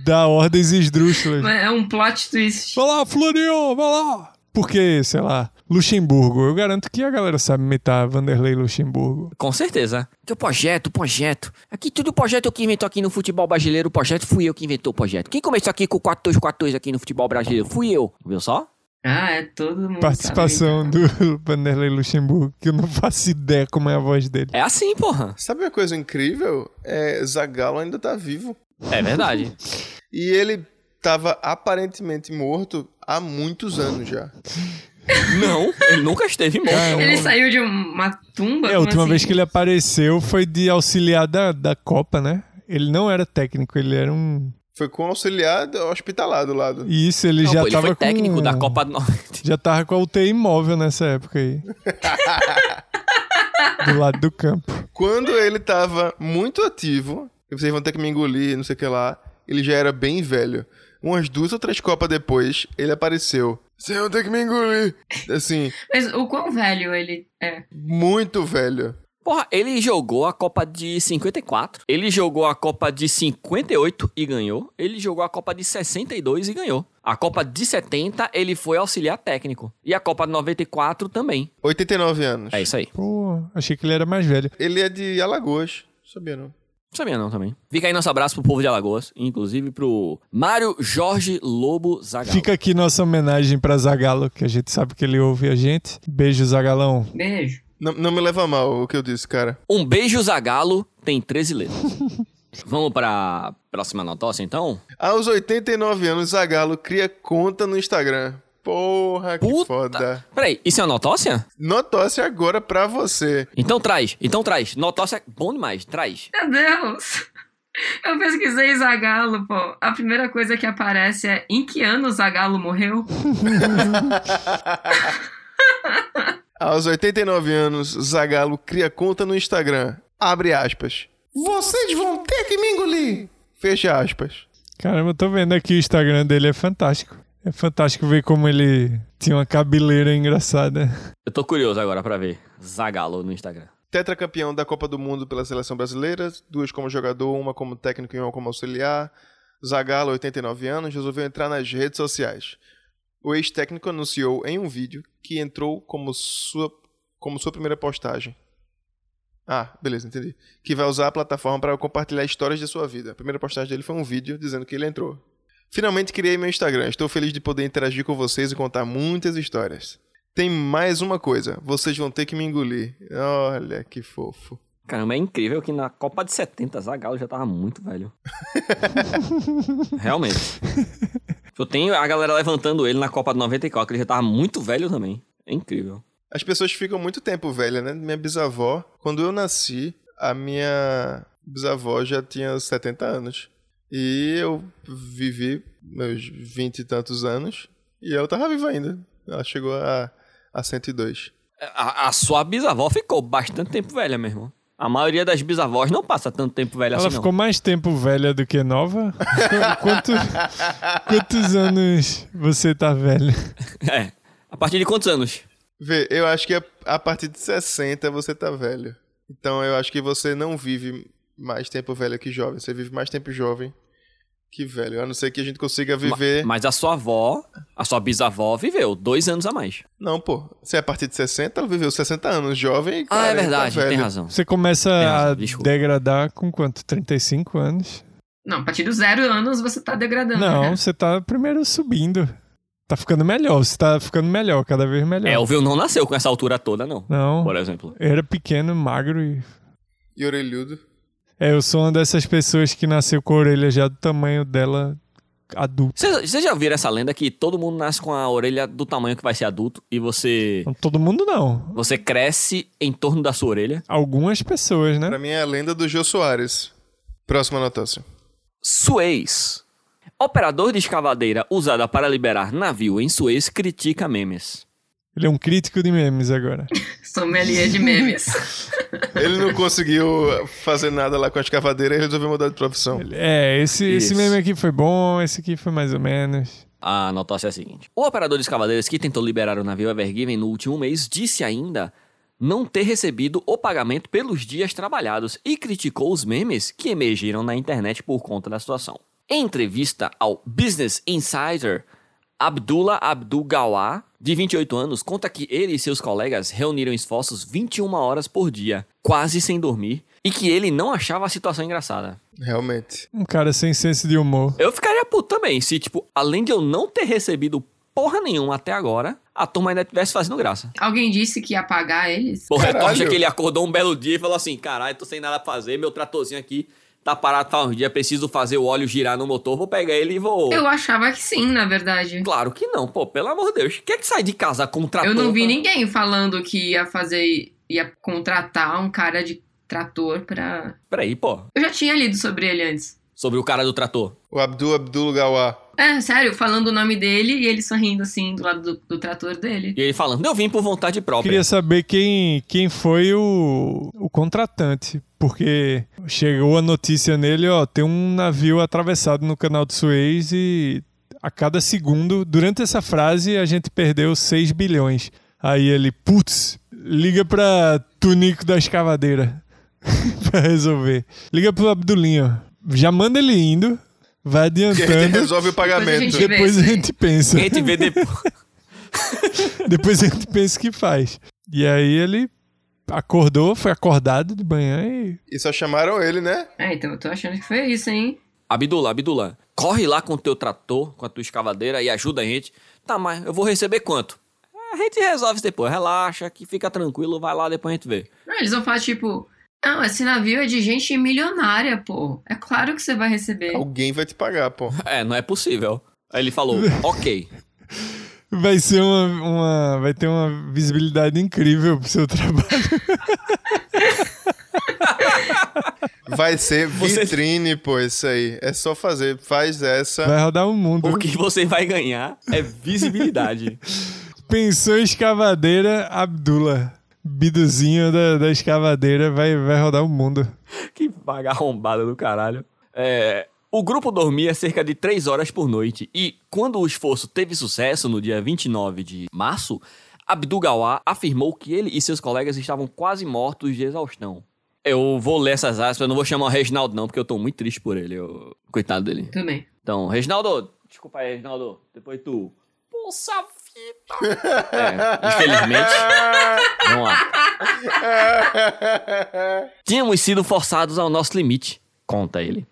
Speaker 1: dar ordens esdrúxulas?
Speaker 3: É um plot twist.
Speaker 1: Vai lá, Florio, vai lá! Porque, sei lá, Luxemburgo. Eu garanto que a galera sabe imitar Vanderlei Luxemburgo.
Speaker 2: Com certeza. Teu projeto, projeto. Aqui tudo projeto eu que inventou aqui no futebol brasileiro. O projeto fui eu que inventou o projeto. Quem começou aqui com 4-2-4-2 aqui no futebol brasileiro? Fui eu. Viu só?
Speaker 3: Ah, é todo mundo.
Speaker 1: Participação
Speaker 3: sabe.
Speaker 1: do Vanderlei Luxemburgo, que eu não faço ideia como é a voz dele.
Speaker 2: É assim, porra.
Speaker 4: Sabe uma coisa incrível? É, Zagallo ainda tá vivo.
Speaker 2: É verdade.
Speaker 4: E ele tava aparentemente morto há muitos anos já.
Speaker 2: Não, ele nunca esteve morto.
Speaker 3: Ele saiu de uma
Speaker 1: um.
Speaker 3: tumba?
Speaker 1: É, a
Speaker 3: como
Speaker 1: última
Speaker 3: assim?
Speaker 1: vez que ele apareceu foi de auxiliar da, da Copa, né? Ele não era técnico, ele era um.
Speaker 4: Foi com o auxiliar do- hospitalar do lado.
Speaker 1: E isso, ele
Speaker 2: Não,
Speaker 1: já
Speaker 2: pô, ele
Speaker 1: tava
Speaker 2: foi técnico
Speaker 1: com...
Speaker 2: da Copa do Norte.
Speaker 1: Já tava com a UTI imóvel nessa época aí. do lado do campo.
Speaker 4: Quando ele tava muito ativo, e vocês vão ter que me engolir, não sei o que lá, ele já era bem velho. Umas duas ou três copas depois, ele apareceu. Vocês vão ter que me engolir. Assim,
Speaker 3: Mas o quão velho ele é?
Speaker 4: muito velho.
Speaker 2: Porra, ele jogou a Copa de 54. Ele jogou a Copa de 58 e ganhou. Ele jogou a Copa de 62 e ganhou. A Copa de 70 ele foi auxiliar técnico. E a Copa de 94 também.
Speaker 4: 89 anos.
Speaker 2: É isso aí.
Speaker 1: Pô, achei que ele era mais velho.
Speaker 4: Ele é de Alagoas. Sabia não.
Speaker 2: Não sabia não também. Fica aí nosso abraço pro povo de Alagoas, inclusive pro Mário Jorge Lobo Zagal.
Speaker 1: Fica aqui nossa homenagem pra Zagalo, que a gente sabe que ele ouve a gente. Beijo, Zagalão.
Speaker 3: Beijo.
Speaker 4: Não, não me leva mal o que eu disse, cara.
Speaker 2: Um beijo Zagalo, tem 13 letras. Vamos pra próxima notócia então?
Speaker 4: Aos 89 anos, Zagalo cria conta no Instagram. Porra, que
Speaker 2: Puta.
Speaker 4: foda.
Speaker 2: Peraí, isso é uma notócia?
Speaker 4: Notócia agora pra você.
Speaker 2: Então é traz, então traz. Notócia, bom demais, traz.
Speaker 3: Meu Deus. Eu pesquisei Zagalo, pô. A primeira coisa que aparece é em que ano Zagalo morreu?
Speaker 4: Aos 89 anos, Zagalo cria conta no Instagram. Abre aspas. Vocês vão ter que me engolir. Fecha aspas.
Speaker 1: Caramba, eu tô vendo aqui o Instagram dele, é fantástico. É fantástico ver como ele tinha uma cabeleira engraçada.
Speaker 2: Eu tô curioso agora pra ver. Zagalo no Instagram.
Speaker 4: Tetracampeão da Copa do Mundo pela seleção brasileira, duas como jogador, uma como técnico e uma como auxiliar. Zagallo, 89 anos, resolveu entrar nas redes sociais. O ex-técnico anunciou em um vídeo que entrou como sua, como sua primeira postagem. Ah, beleza, entendi. Que vai usar a plataforma para compartilhar histórias de sua vida. A primeira postagem dele foi um vídeo dizendo que ele entrou. Finalmente criei meu Instagram. Estou feliz de poder interagir com vocês e contar muitas histórias. Tem mais uma coisa. Vocês vão ter que me engolir. Olha que fofo.
Speaker 2: Caramba, é incrível que na Copa de 70 Zagallo já tava muito velho. Realmente. Eu tenho a galera levantando ele na Copa de 94, que ele já tava muito velho também. É incrível.
Speaker 4: As pessoas ficam muito tempo velha, né? Minha bisavó, quando eu nasci, a minha bisavó já tinha 70 anos. E eu vivi meus 20 e tantos anos e ela tava viva ainda. Ela chegou a, a 102.
Speaker 2: A, a sua bisavó ficou bastante tempo velha, meu irmão. A maioria das bisavós não passa tanto tempo velha
Speaker 1: Ela
Speaker 2: assim,
Speaker 1: ficou
Speaker 2: não.
Speaker 1: mais tempo velha do que nova? Qu- Quanto, quantos anos você tá velho?
Speaker 2: É. A partir de quantos anos?
Speaker 4: Vê, eu acho que a, a partir de 60 você tá velho. Então eu acho que você não vive mais tempo velho que jovem. Você vive mais tempo jovem que velho. A não ser que a gente consiga
Speaker 1: É.
Speaker 4: viver.
Speaker 2: Mas a sua avó, a sua bisavó, viveu dois anos a mais.
Speaker 4: Não, pô. Se é a partir de 60, ela viveu 60 anos jovem e
Speaker 1: tá
Speaker 2: Ah, é
Speaker 4: 40
Speaker 2: verdade,
Speaker 4: velho.
Speaker 2: tem razão.
Speaker 1: Você começa
Speaker 2: Tem razão,
Speaker 1: a
Speaker 2: desculpa.
Speaker 1: degradar com quanto? 35 anos?
Speaker 3: Não, a partir dos zero anos você tá degradando. né?
Speaker 1: Não, você tá primeiro subindo. Tá ficando melhor, você tá ficando melhor, cada vez melhor.
Speaker 2: Elvio não É, nasceu com essa altura toda, não.
Speaker 1: Não,
Speaker 2: Por exemplo.
Speaker 1: era pequeno, magro e...
Speaker 4: E orelhudo.
Speaker 1: É, eu sou uma dessas pessoas que nasceu com a orelha já do tamanho dela adulta.
Speaker 2: Vocês vocês já ouviram essa lenda que todo mundo nasce com a orelha do tamanho que vai ser adulto e você
Speaker 1: Não Todo mundo não.
Speaker 2: você cresce em torno da sua orelha?
Speaker 1: Algumas pessoas, né?
Speaker 4: Pra mim é a lenda do Jô Soares. Próxima notícia.
Speaker 2: Suez. Operador de escavadeira usada para liberar navio em Suez critica memes.
Speaker 1: Ele é um crítico de memes agora.
Speaker 3: Sommelier de memes.
Speaker 4: Ele não conseguiu fazer nada lá com a escavadeira e resolveu mudar de profissão.
Speaker 1: É, esse, esse
Speaker 2: Isso.
Speaker 1: meme aqui foi bom, esse aqui foi mais ou menos.
Speaker 2: A notócia é a seguinte: O operador de escavadeiras que tentou liberar o navio Evergiven no último mês disse ainda não ter recebido o pagamento pelos dias trabalhados e criticou os memes que emergiram na internet por conta da situação. Em entrevista ao Business Insider, Abdullah Abdul Gawa, de 28 anos, conta que ele e seus colegas reuniram esforços 21 horas por dia, quase sem dormir, e que ele não achava a situação engraçada.
Speaker 4: Realmente.
Speaker 1: Um cara sem senso de humor.
Speaker 2: Eu ficaria puto também se, tipo, além de eu não ter recebido porra nenhuma até agora, a turma ainda estivesse fazendo graça.
Speaker 3: Alguém disse que ia pagar eles?
Speaker 2: Porra, tu
Speaker 4: Caralho.
Speaker 2: acha que ele acordou um belo dia e falou assim: caralho, tô sem nada pra fazer, meu tratorzinho aqui tá parado faz um dia, preciso fazer o óleo girar no motor, vou pegar ele e vou.
Speaker 3: Eu achava que sim, na verdade.
Speaker 2: Claro que não, pô, pelo amor de Deus. Quer que sai de casa com um trator?
Speaker 3: Eu não vi
Speaker 2: pra-
Speaker 3: ninguém falando que ia fazer, ia contratar um cara de trator pra.
Speaker 2: Peraí, pô,
Speaker 3: Eu já tinha lido sobre ele antes.
Speaker 2: sobre o cara do trator.
Speaker 4: O Abdul Abdul Gawa.
Speaker 3: É, sério, falando o nome dele e ele sorrindo assim do lado do, do trator dele.
Speaker 2: E ele falando: eu vim por vontade própria.
Speaker 1: Queria saber quem, quem foi o, o contratante, porque chegou a notícia nele, ó, tem um navio atravessado no canal de Suez e a cada segundo, durante essa frase, a gente perdeu 6 bilhões. Aí ele, putz, liga pra Tunico da Escavadeira pra resolver. Liga pro Abdulinho, já manda ele indo, vai
Speaker 4: Que a gente
Speaker 1: adiantando,
Speaker 4: resolve o pagamento.
Speaker 3: Depois a gente-
Speaker 1: depois a gente pensa.
Speaker 2: A gente é vê depois.
Speaker 1: Depois a gente pensa o que faz. E aí ele acordou, foi acordado de manhã e.
Speaker 4: E só chamaram ele, né?
Speaker 3: É, então eu tô achando que foi isso, hein?
Speaker 2: Abdullah, Abdullah, corre lá com o teu trator, com a tua escavadeira e ajuda a gente. Tá, mas eu vou receber quanto? A gente resolve isso depois, relaxa, que fica tranquilo, vai lá, depois a gente vê.
Speaker 3: Não, eles vão falar tipo. Não, esse navio é de gente milionária, pô. É claro que você vai receber.
Speaker 4: Alguém vai te pagar, pô.
Speaker 2: É, não é possível. Aí ele falou, ok.
Speaker 1: Vai ser uma, uma- Vai ter uma visibilidade incrível pro seu trabalho.
Speaker 4: Vai ser
Speaker 2: Você-
Speaker 4: vitrine, pô, isso aí. É só fazer. Faz essa.
Speaker 1: Vai rodar o mundo.
Speaker 2: O que você vai ganhar é visibilidade.
Speaker 1: Pensou em escavadeira, Abdullah. Biduzinho da, da escavadeira vai, vai rodar o mundo.
Speaker 2: que vaga arrombada do caralho. É, o grupo dormia cerca de 3 horas por noite e, quando o esforço teve sucesso no dia 29 de março, Abdul Gawar afirmou que ele e seus colegas estavam quase mortos de exaustão. Eu vou ler essas aspas, eu não vou chamar o Reginaldo não, porque eu tô muito triste por ele, eu- coitado dele.
Speaker 3: Tudo bem.
Speaker 2: Então, Reginaldo, desculpa aí, Reginaldo, depois tu... Poxa vida! É, infelizmente, vamos lá. Tínhamos sido forçados ao nosso limite, conta ele.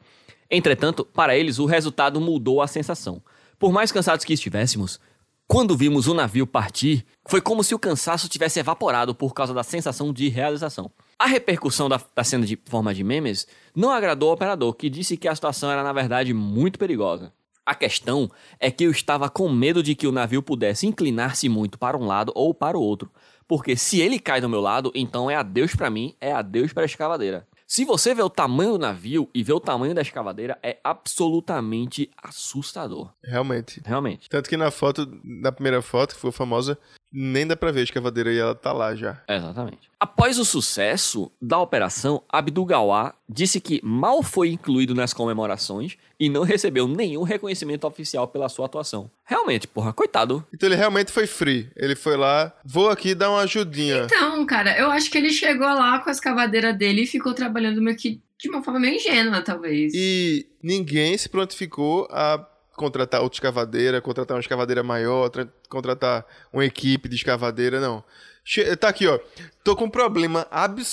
Speaker 2: Entretanto, para eles, o resultado mudou a sensação. Por mais cansados que estivéssemos, quando vimos o navio partir, foi como se o cansaço tivesse evaporado por causa da sensação de realização. A repercussão da, da cena de forma de memes não agradou ao operador, que disse que a situação era, na verdade, muito perigosa. A questão é que eu estava com medo de que o navio pudesse inclinar-se muito para um lado ou para o outro, porque se ele cai do meu lado, então é adeus pra mim, é adeus para a escavadeira. Se você vê o tamanho do navio e vê o tamanho da escavadeira, é absolutamente assustador.
Speaker 4: Realmente.
Speaker 2: Realmente.
Speaker 4: Tanto que na foto, na primeira foto, que foi famosa, nem dá pra ver a escavadeira e ela tá lá já.
Speaker 2: Exatamente. Após o sucesso da operação, Abdul Gawar disse que mal foi incluído nas comemorações e não recebeu nenhum reconhecimento oficial pela sua atuação. Realmente, porra, coitado.
Speaker 4: Então ele realmente foi free. Ele foi lá, vou aqui dar uma ajudinha.
Speaker 3: Então, cara, eu acho que ele chegou lá com a escavadeira dele e ficou trabalhando meio que de uma forma meio ingênua, talvez.
Speaker 4: E ninguém se prontificou a contratar outra escavadeira, contratar uma escavadeira maior, tra- contratar uma equipe de escavadeira, não. Che- Tá aqui, ó. Tô com um problema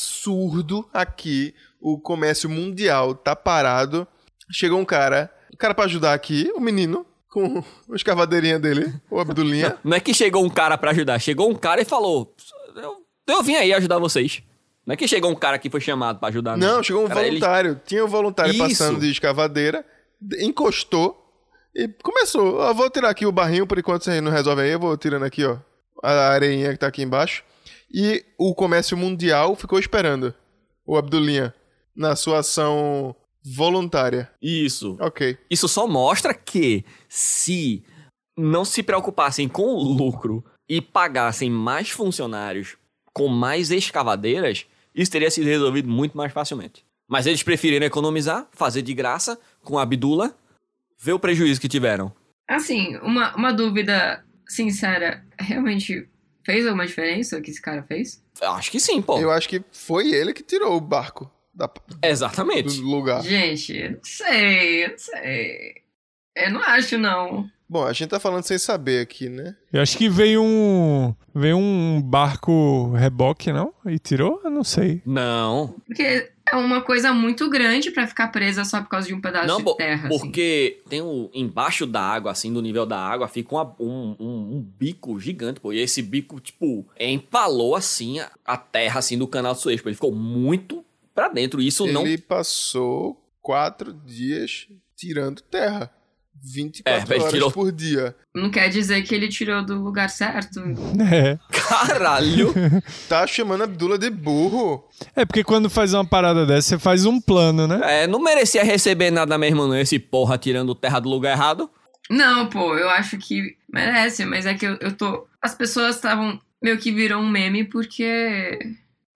Speaker 4: absurdo aqui. O comércio mundial tá parado. Chegou um cara, um cara pra ajudar aqui, o menino, com a escavadeirinha dele, o Abdulinha.
Speaker 2: Não é que chegou um cara pra ajudar, chegou um cara e falou: eu, eu vim aí ajudar vocês. Não é que chegou um cara que foi chamado pra ajudar.
Speaker 4: Não, chegou um
Speaker 2: Cara, né? ele-
Speaker 4: voluntário. Tinha um voluntário
Speaker 2: Isso.
Speaker 4: passando de escavadeira, d- encostou e começou. Ó, vou tirar aqui o barrinho, por enquanto você não resolve aí, eu vou tirando aqui, ó, a areinha que tá aqui embaixo. E o comércio mundial ficou esperando o Abdulinha na sua ação voluntária.
Speaker 2: Isso.
Speaker 4: Ok.
Speaker 2: Isso só mostra que se não se preocupassem com o lucro e pagassem mais funcionários com mais escavadeiras, isso teria sido resolvido muito mais facilmente. Mas eles preferiram economizar, fazer de graça com a Abdula, ver o prejuízo que tiveram.
Speaker 3: Assim, uma, uma dúvida sincera, realmente fez alguma diferença o que esse cara fez?
Speaker 2: Acho que sim, pô.
Speaker 4: Eu acho que foi ele que tirou o barco da p- do
Speaker 2: Exatamente.
Speaker 4: lugar.
Speaker 3: Gente, eu não sei, eu não sei. Eu não acho, não.
Speaker 4: Bom, a gente tá falando sem saber aqui, né?
Speaker 1: Eu acho que veio um. Veio um barco reboque, não? E tirou? Eu não sei.
Speaker 2: Não.
Speaker 3: Porque é uma coisa muito grande pra ficar presa só por causa de um pedaço
Speaker 2: Não,
Speaker 3: de
Speaker 2: po-
Speaker 3: terra. assim.
Speaker 2: porque tem o embaixo da água, assim, do nível da água, fica uma- um, um- um bico gigante, pô. E esse bico, tipo, empalou, assim, a, a terra, assim, do canal de Suez, pô. Ele ficou muito pra dentro. E isso não...
Speaker 4: Ele passou quatro dias tirando terra. 24
Speaker 2: É, ele
Speaker 4: horas
Speaker 2: tirou-
Speaker 4: por dia.
Speaker 3: assim. Não quer dizer que ele tirou do lugar certo.
Speaker 1: É.
Speaker 2: Caralho!
Speaker 4: Tá chamando a Abdula de burro.
Speaker 1: É porque quando faz uma parada dessa, você faz um plano, né?
Speaker 2: É, não merecia receber nada mesmo, não. Esse porra tirando terra do lugar errado.
Speaker 3: Não, pô, eu acho que merece, mas é que eu, eu tô. As pessoas estavam. meio que virou um meme porque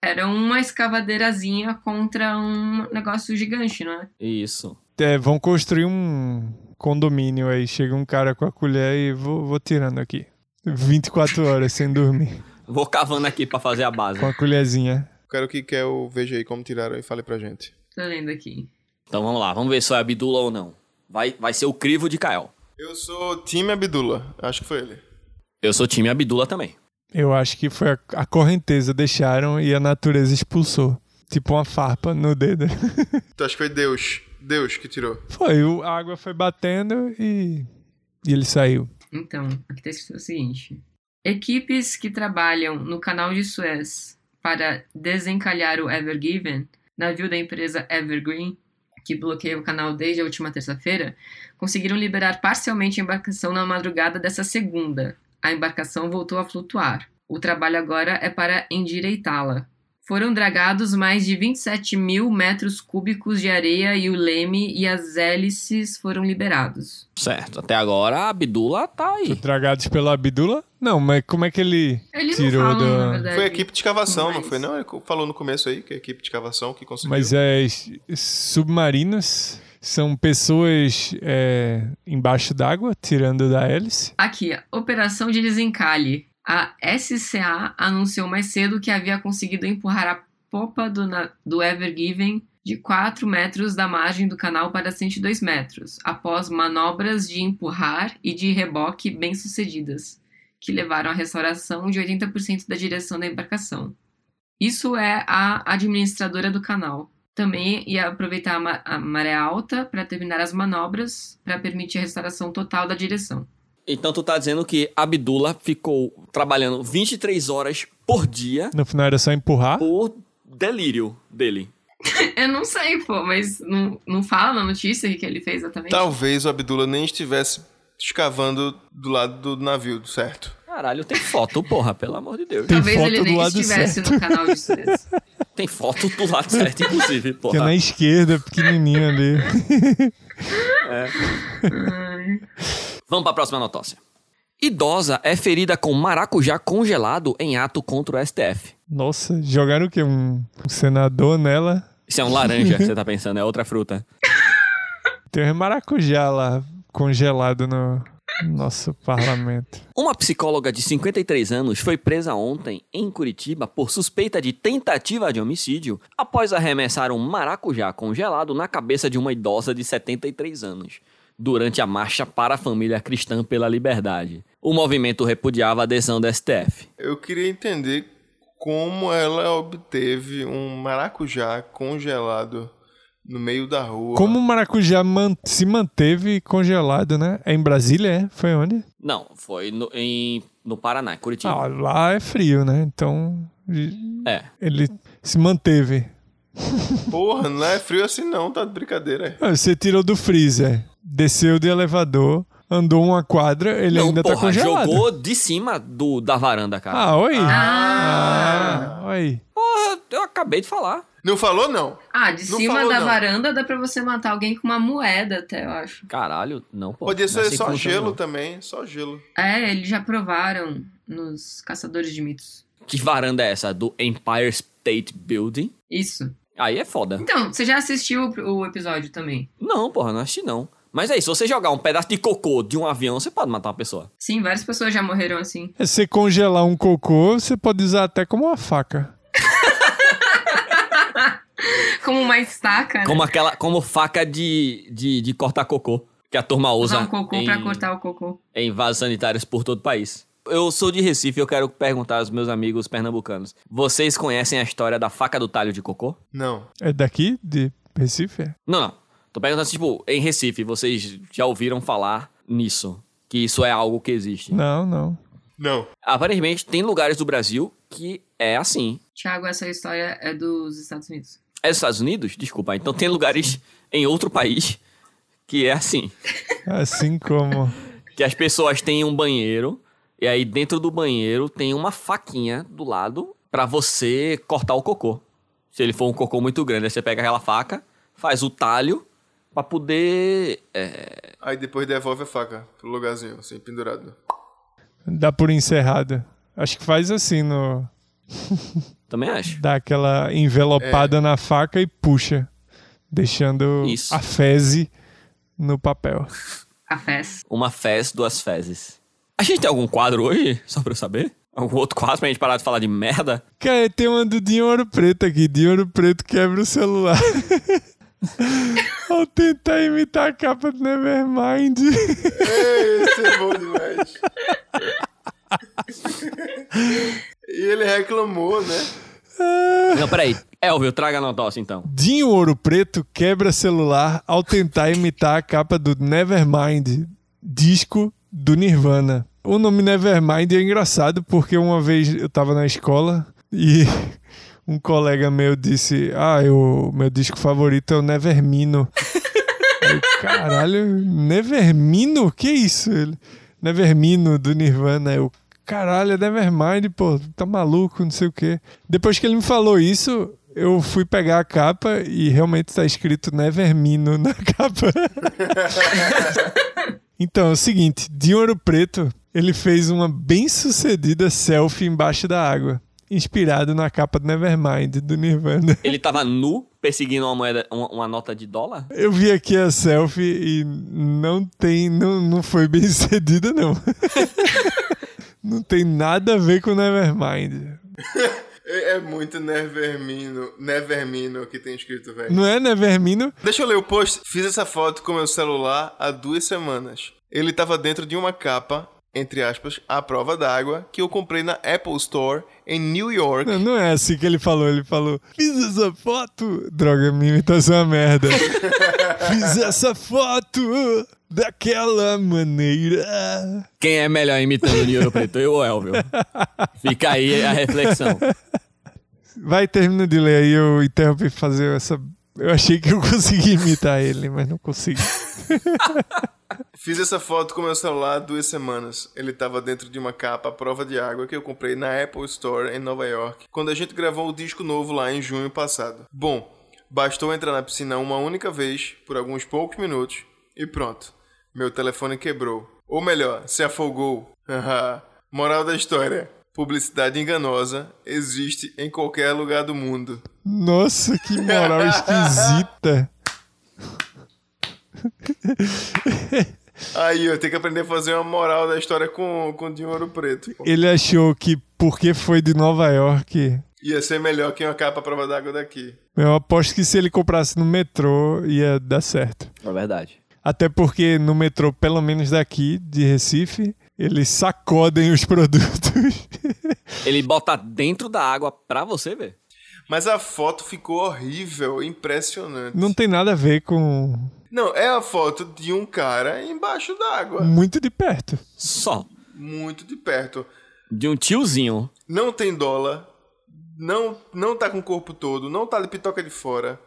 Speaker 3: era uma escavadeirazinha contra um negócio gigante, não é?
Speaker 2: Isso.
Speaker 1: É, vão construir um condomínio aí. Chega um cara com a colher e vou, vou tirando aqui. 24 horas sem dormir.
Speaker 2: Vou cavando aqui pra fazer a base.
Speaker 1: Com a colherzinha.
Speaker 4: O cara que quer eu veja aí como tiraram e fale pra gente.
Speaker 3: Tô lendo aqui.
Speaker 2: Então vamos lá, vamos ver se é Abdula ou não. Vai, vai ser o crivo de Kael.
Speaker 4: Eu sou time Abdula. Acho que foi ele.
Speaker 2: Eu sou time Abdula também.
Speaker 1: Eu acho que foi a, a correnteza, deixaram e a natureza expulsou. Tipo uma farpa no dedo.
Speaker 4: Tu acha que foi Deus? Deus que tirou.
Speaker 1: Foi, o- a água foi batendo e, e ele saiu.
Speaker 3: Então, aqui tá escrito o seguinte: Equipes que trabalham no canal de Suez para desencalhar o Ever Given, navio da empresa Evergreen, que bloqueia o canal desde a última terça-feira, conseguiram liberar parcialmente a embarcação na madrugada dessa segunda. A embarcação voltou a flutuar. O trabalho agora é para endireitá-la. Foram dragados mais de 27 mil metros cúbicos de areia e o leme e as hélices foram liberados.
Speaker 2: Certo, até agora a Abdula tá aí.
Speaker 1: Dragados pela Abdula? Não, mas como é que ele
Speaker 3: Eles
Speaker 1: tirou
Speaker 3: não falam, na
Speaker 1: da.
Speaker 3: verdade.
Speaker 4: Foi a equipe de escavação, não
Speaker 3: Mas-
Speaker 4: foi? Não, ele falou no começo aí que a equipe de escavação que conseguiu.
Speaker 1: Mas é s- submarinos são pessoas é, embaixo d'água, tirando da hélice.
Speaker 3: Aqui, Operação de Desencalhe. A SCA anunciou mais cedo que havia conseguido empurrar a popa do, na- do Ever Given de 4 metros da margem do canal para 102 metros, após manobras de empurrar e de reboque bem-sucedidas, que levaram à restauração de 80% da direção da embarcação. Isso é a administradora do canal. Também ia aproveitar a, ma- a maré alta para terminar as manobras para permitir a restauração total da direção.
Speaker 2: Então tu tá dizendo que Abdula ficou trabalhando 23 horas por dia
Speaker 1: No final era só empurrar.
Speaker 2: por delírio dele.
Speaker 3: Eu não sei, pô, mas não, não fala na notícia o que ele fez exatamente.
Speaker 1: Tá,
Speaker 4: Talvez o Abdullah nem estivesse escavando do lado do navio, certo?
Speaker 2: Caralho, tem foto, porra, pelo amor de Deus.
Speaker 1: Tem
Speaker 3: Talvez
Speaker 1: foto
Speaker 3: ele
Speaker 1: do
Speaker 3: nem
Speaker 1: lado
Speaker 3: estivesse
Speaker 1: certo.
Speaker 3: no canal de Suez.
Speaker 2: Tem foto do lado certo, inclusive,
Speaker 1: Que é
Speaker 2: porra.
Speaker 1: na esquerda, pequenininho ali.
Speaker 2: Vamos pra próxima notócia. Idosa é ferida com maracujá congelado em ato contra o STF.
Speaker 1: Nossa, jogaram o quê? Um, um senador nela.
Speaker 2: Isso é um laranja que você tá pensando, é outra fruta.
Speaker 1: Tem um maracujá lá congelado no nosso parlamento.
Speaker 2: Uma psicóloga de 53 anos foi presa ontem em Curitiba por suspeita de tentativa de homicídio após arremessar um maracujá congelado na cabeça de uma idosa de 73 anos durante a marcha para a família cristã pela liberdade. O movimento repudiava a adesão da STF.
Speaker 4: Eu queria entender como ela obteve um maracujá congelado no meio da rua.
Speaker 1: Como o maracujá man- se manteve congelado, né? É em Brasília, é? Foi onde?
Speaker 2: Não, foi no, em- no Paraná, em Curitiba.
Speaker 1: Ah, lá é frio, né? Então
Speaker 2: É.
Speaker 1: ele se manteve.
Speaker 4: Porra, não é frio assim não, tá de brincadeira.
Speaker 1: Ah, Você tirou do freezer, desceu do elevador, andou uma quadra, ele
Speaker 2: Não,
Speaker 1: ainda tá
Speaker 2: porra,
Speaker 1: congelado.
Speaker 2: jogou de cima do, da varanda, cara.
Speaker 1: Ah, oi.
Speaker 3: Ah.
Speaker 1: Ah, oi.
Speaker 2: Porra, eu acabei de falar.
Speaker 4: Não falou não.
Speaker 3: Ah, de
Speaker 4: Não
Speaker 3: cima
Speaker 4: falou,
Speaker 3: da
Speaker 4: não.
Speaker 3: varanda dá pra você matar alguém com uma moeda até, eu acho.
Speaker 2: Caralho, não, pô.
Speaker 4: Podia
Speaker 2: não é
Speaker 4: ser
Speaker 2: sem
Speaker 4: só
Speaker 2: fruta,
Speaker 4: gelo
Speaker 2: não.
Speaker 4: também, só gelo.
Speaker 3: É, eles já provaram nos Caçadores de Mitos.
Speaker 2: Que varanda é essa? Do Empire State Building?
Speaker 3: Isso.
Speaker 2: Aí é foda.
Speaker 3: Então, você já assistiu o o episódio também?
Speaker 2: Não, porra, não assisti não. Mas é isso, se você jogar um pedaço de cocô de um avião, você pode matar uma pessoa.
Speaker 3: Sim, várias pessoas já morreram assim.
Speaker 1: É, Se você congelar um cocô, você pode usar até como uma faca.
Speaker 3: Como uma estaca, né?
Speaker 2: Como aquela, como faca de, de, de cortar cocô, que a turma usa
Speaker 3: Usar um cocô
Speaker 2: em,
Speaker 3: pra cortar o cocô.
Speaker 2: em vasos sanitários por todo o país. Eu sou de Recife, eu quero perguntar aos meus amigos pernambucanos. Vocês conhecem a história da faca do talho de cocô?
Speaker 4: Não.
Speaker 1: É daqui, de Recife?
Speaker 2: Não, não. Tô perguntando, tipo, em Recife, vocês já ouviram falar nisso? Que isso é algo que existe.
Speaker 1: Não, não.
Speaker 4: Não.
Speaker 2: Aparentemente, tem lugares do Brasil que é assim.
Speaker 3: Tiago, essa história é dos Estados Unidos.
Speaker 2: É dos Estados Unidos? Desculpa. Então, tem lugares em outro país que é assim.
Speaker 1: Assim como.
Speaker 2: Que as pessoas têm um banheiro, e aí dentro do banheiro tem uma faquinha do lado pra você cortar o cocô. Se ele for um cocô muito grande, aí você pega aquela faca, faz o talho, pra poder... é,
Speaker 4: Aí depois devolve a faca pro lugarzinho, assim, pendurado.
Speaker 1: Dá por encerrado. Acho que faz assim no.
Speaker 2: também acho.
Speaker 1: Dá aquela envelopada na faca e puxa. Deixando
Speaker 2: Isso.
Speaker 1: a fezes no papel.
Speaker 3: A FES.
Speaker 2: Uma fez, duas fezes. A gente tem algum quadro hoje? Só pra eu saber? Algum outro quadro pra gente parar de falar de merda?
Speaker 1: Cara, tem uma do Dinho Ouro Preto aqui. Dinho Ouro Preto quebra o celular. Ao tentar imitar a capa do Nevermind.
Speaker 4: Esse é bom demais. e ele reclamou, né?
Speaker 2: Não, peraí. Elvio, traga a notócia então.
Speaker 1: Dinho Ouro Preto quebra celular ao tentar imitar a capa do Nevermind, disco do Nirvana. O nome Nevermind é engraçado porque uma vez eu tava na escola e um colega meu disse: Ah, eu, meu disco favorito é o Nevermino. Aí, Caralho, Nevermino? Que isso? Ele, Nevermino do Nirvana. Eu, caralho, é Nevermind, pô, tá maluco, não sei o quê. Depois que ele me falou isso, eu fui pegar a capa e realmente tá escrito Nevermino na capa. então, é o seguinte, Dinho Ouro Preto, ele fez uma bem-sucedida selfie embaixo da água, inspirado na capa do Nevermind, do Nirvana.
Speaker 2: Ele tava nu, perseguindo uma moeda, uma, uma nota de dólar?
Speaker 1: Eu vi aqui a selfie e não tem, não, não foi bem sucedida não. não tem nada a ver com Nevermind.
Speaker 4: É é muito Nevermino, Nevermino que tem escrito, velho.
Speaker 1: Não é Nevermino?
Speaker 4: Deixa eu ler o post. Fiz essa foto com meu celular há duas semanas. Ele tava dentro de uma capa, entre aspas, à prova d'água, que eu comprei na Apple Store em New York.
Speaker 1: Não, não é assim que ele falou. Ele falou: Fiz essa foto. Droga, minha imitação é uma merda. Fiz essa foto daquela maneira.
Speaker 2: Quem é melhor imitando o Dinheiro Preto, eu ou Elvio? Fica aí a reflexão.
Speaker 1: Vai, termina de ler aí. Eu interrompi fazer essa. Eu achei que eu consegui imitar ele, mas não consegui.
Speaker 4: Fiz essa foto com meu celular há duas semanas. Ele tava dentro de uma capa à prova de água que eu comprei na Apple Store em Nova York, quando a gente gravou o disco novo lá em junho passado. Bom, bastou entrar na piscina uma única vez, por alguns poucos minutos, e pronto. Meu telefone quebrou. Ou melhor, se afogou. Haha. Moral da história: publicidade enganosa existe em qualquer lugar do mundo.
Speaker 1: Nossa, que moral esquisita.
Speaker 4: Aí, eu tenho que aprender a fazer uma moral da história com, com dinheiro preto. Pô.
Speaker 1: Ele achou que porque foi de Nova York.
Speaker 4: Ia ser melhor que uma capa à prova d'água daqui.
Speaker 1: Eu aposto que se ele comprasse no metrô ia dar certo.
Speaker 2: É verdade.
Speaker 1: Até porque no metrô, pelo menos daqui de Recife, eles sacodem os produtos.
Speaker 2: Ele bota dentro da água pra você ver.
Speaker 4: Mas a foto ficou horrível, impressionante.
Speaker 1: Não tem nada a ver com
Speaker 4: Não, é a foto de um cara embaixo d'água.
Speaker 1: muito de perto.
Speaker 2: Só.
Speaker 4: Muito de perto.
Speaker 2: De um tiozinho.
Speaker 4: Não tem dólar. Não, não tá com o corpo todo. Não tá de pitoca de fora.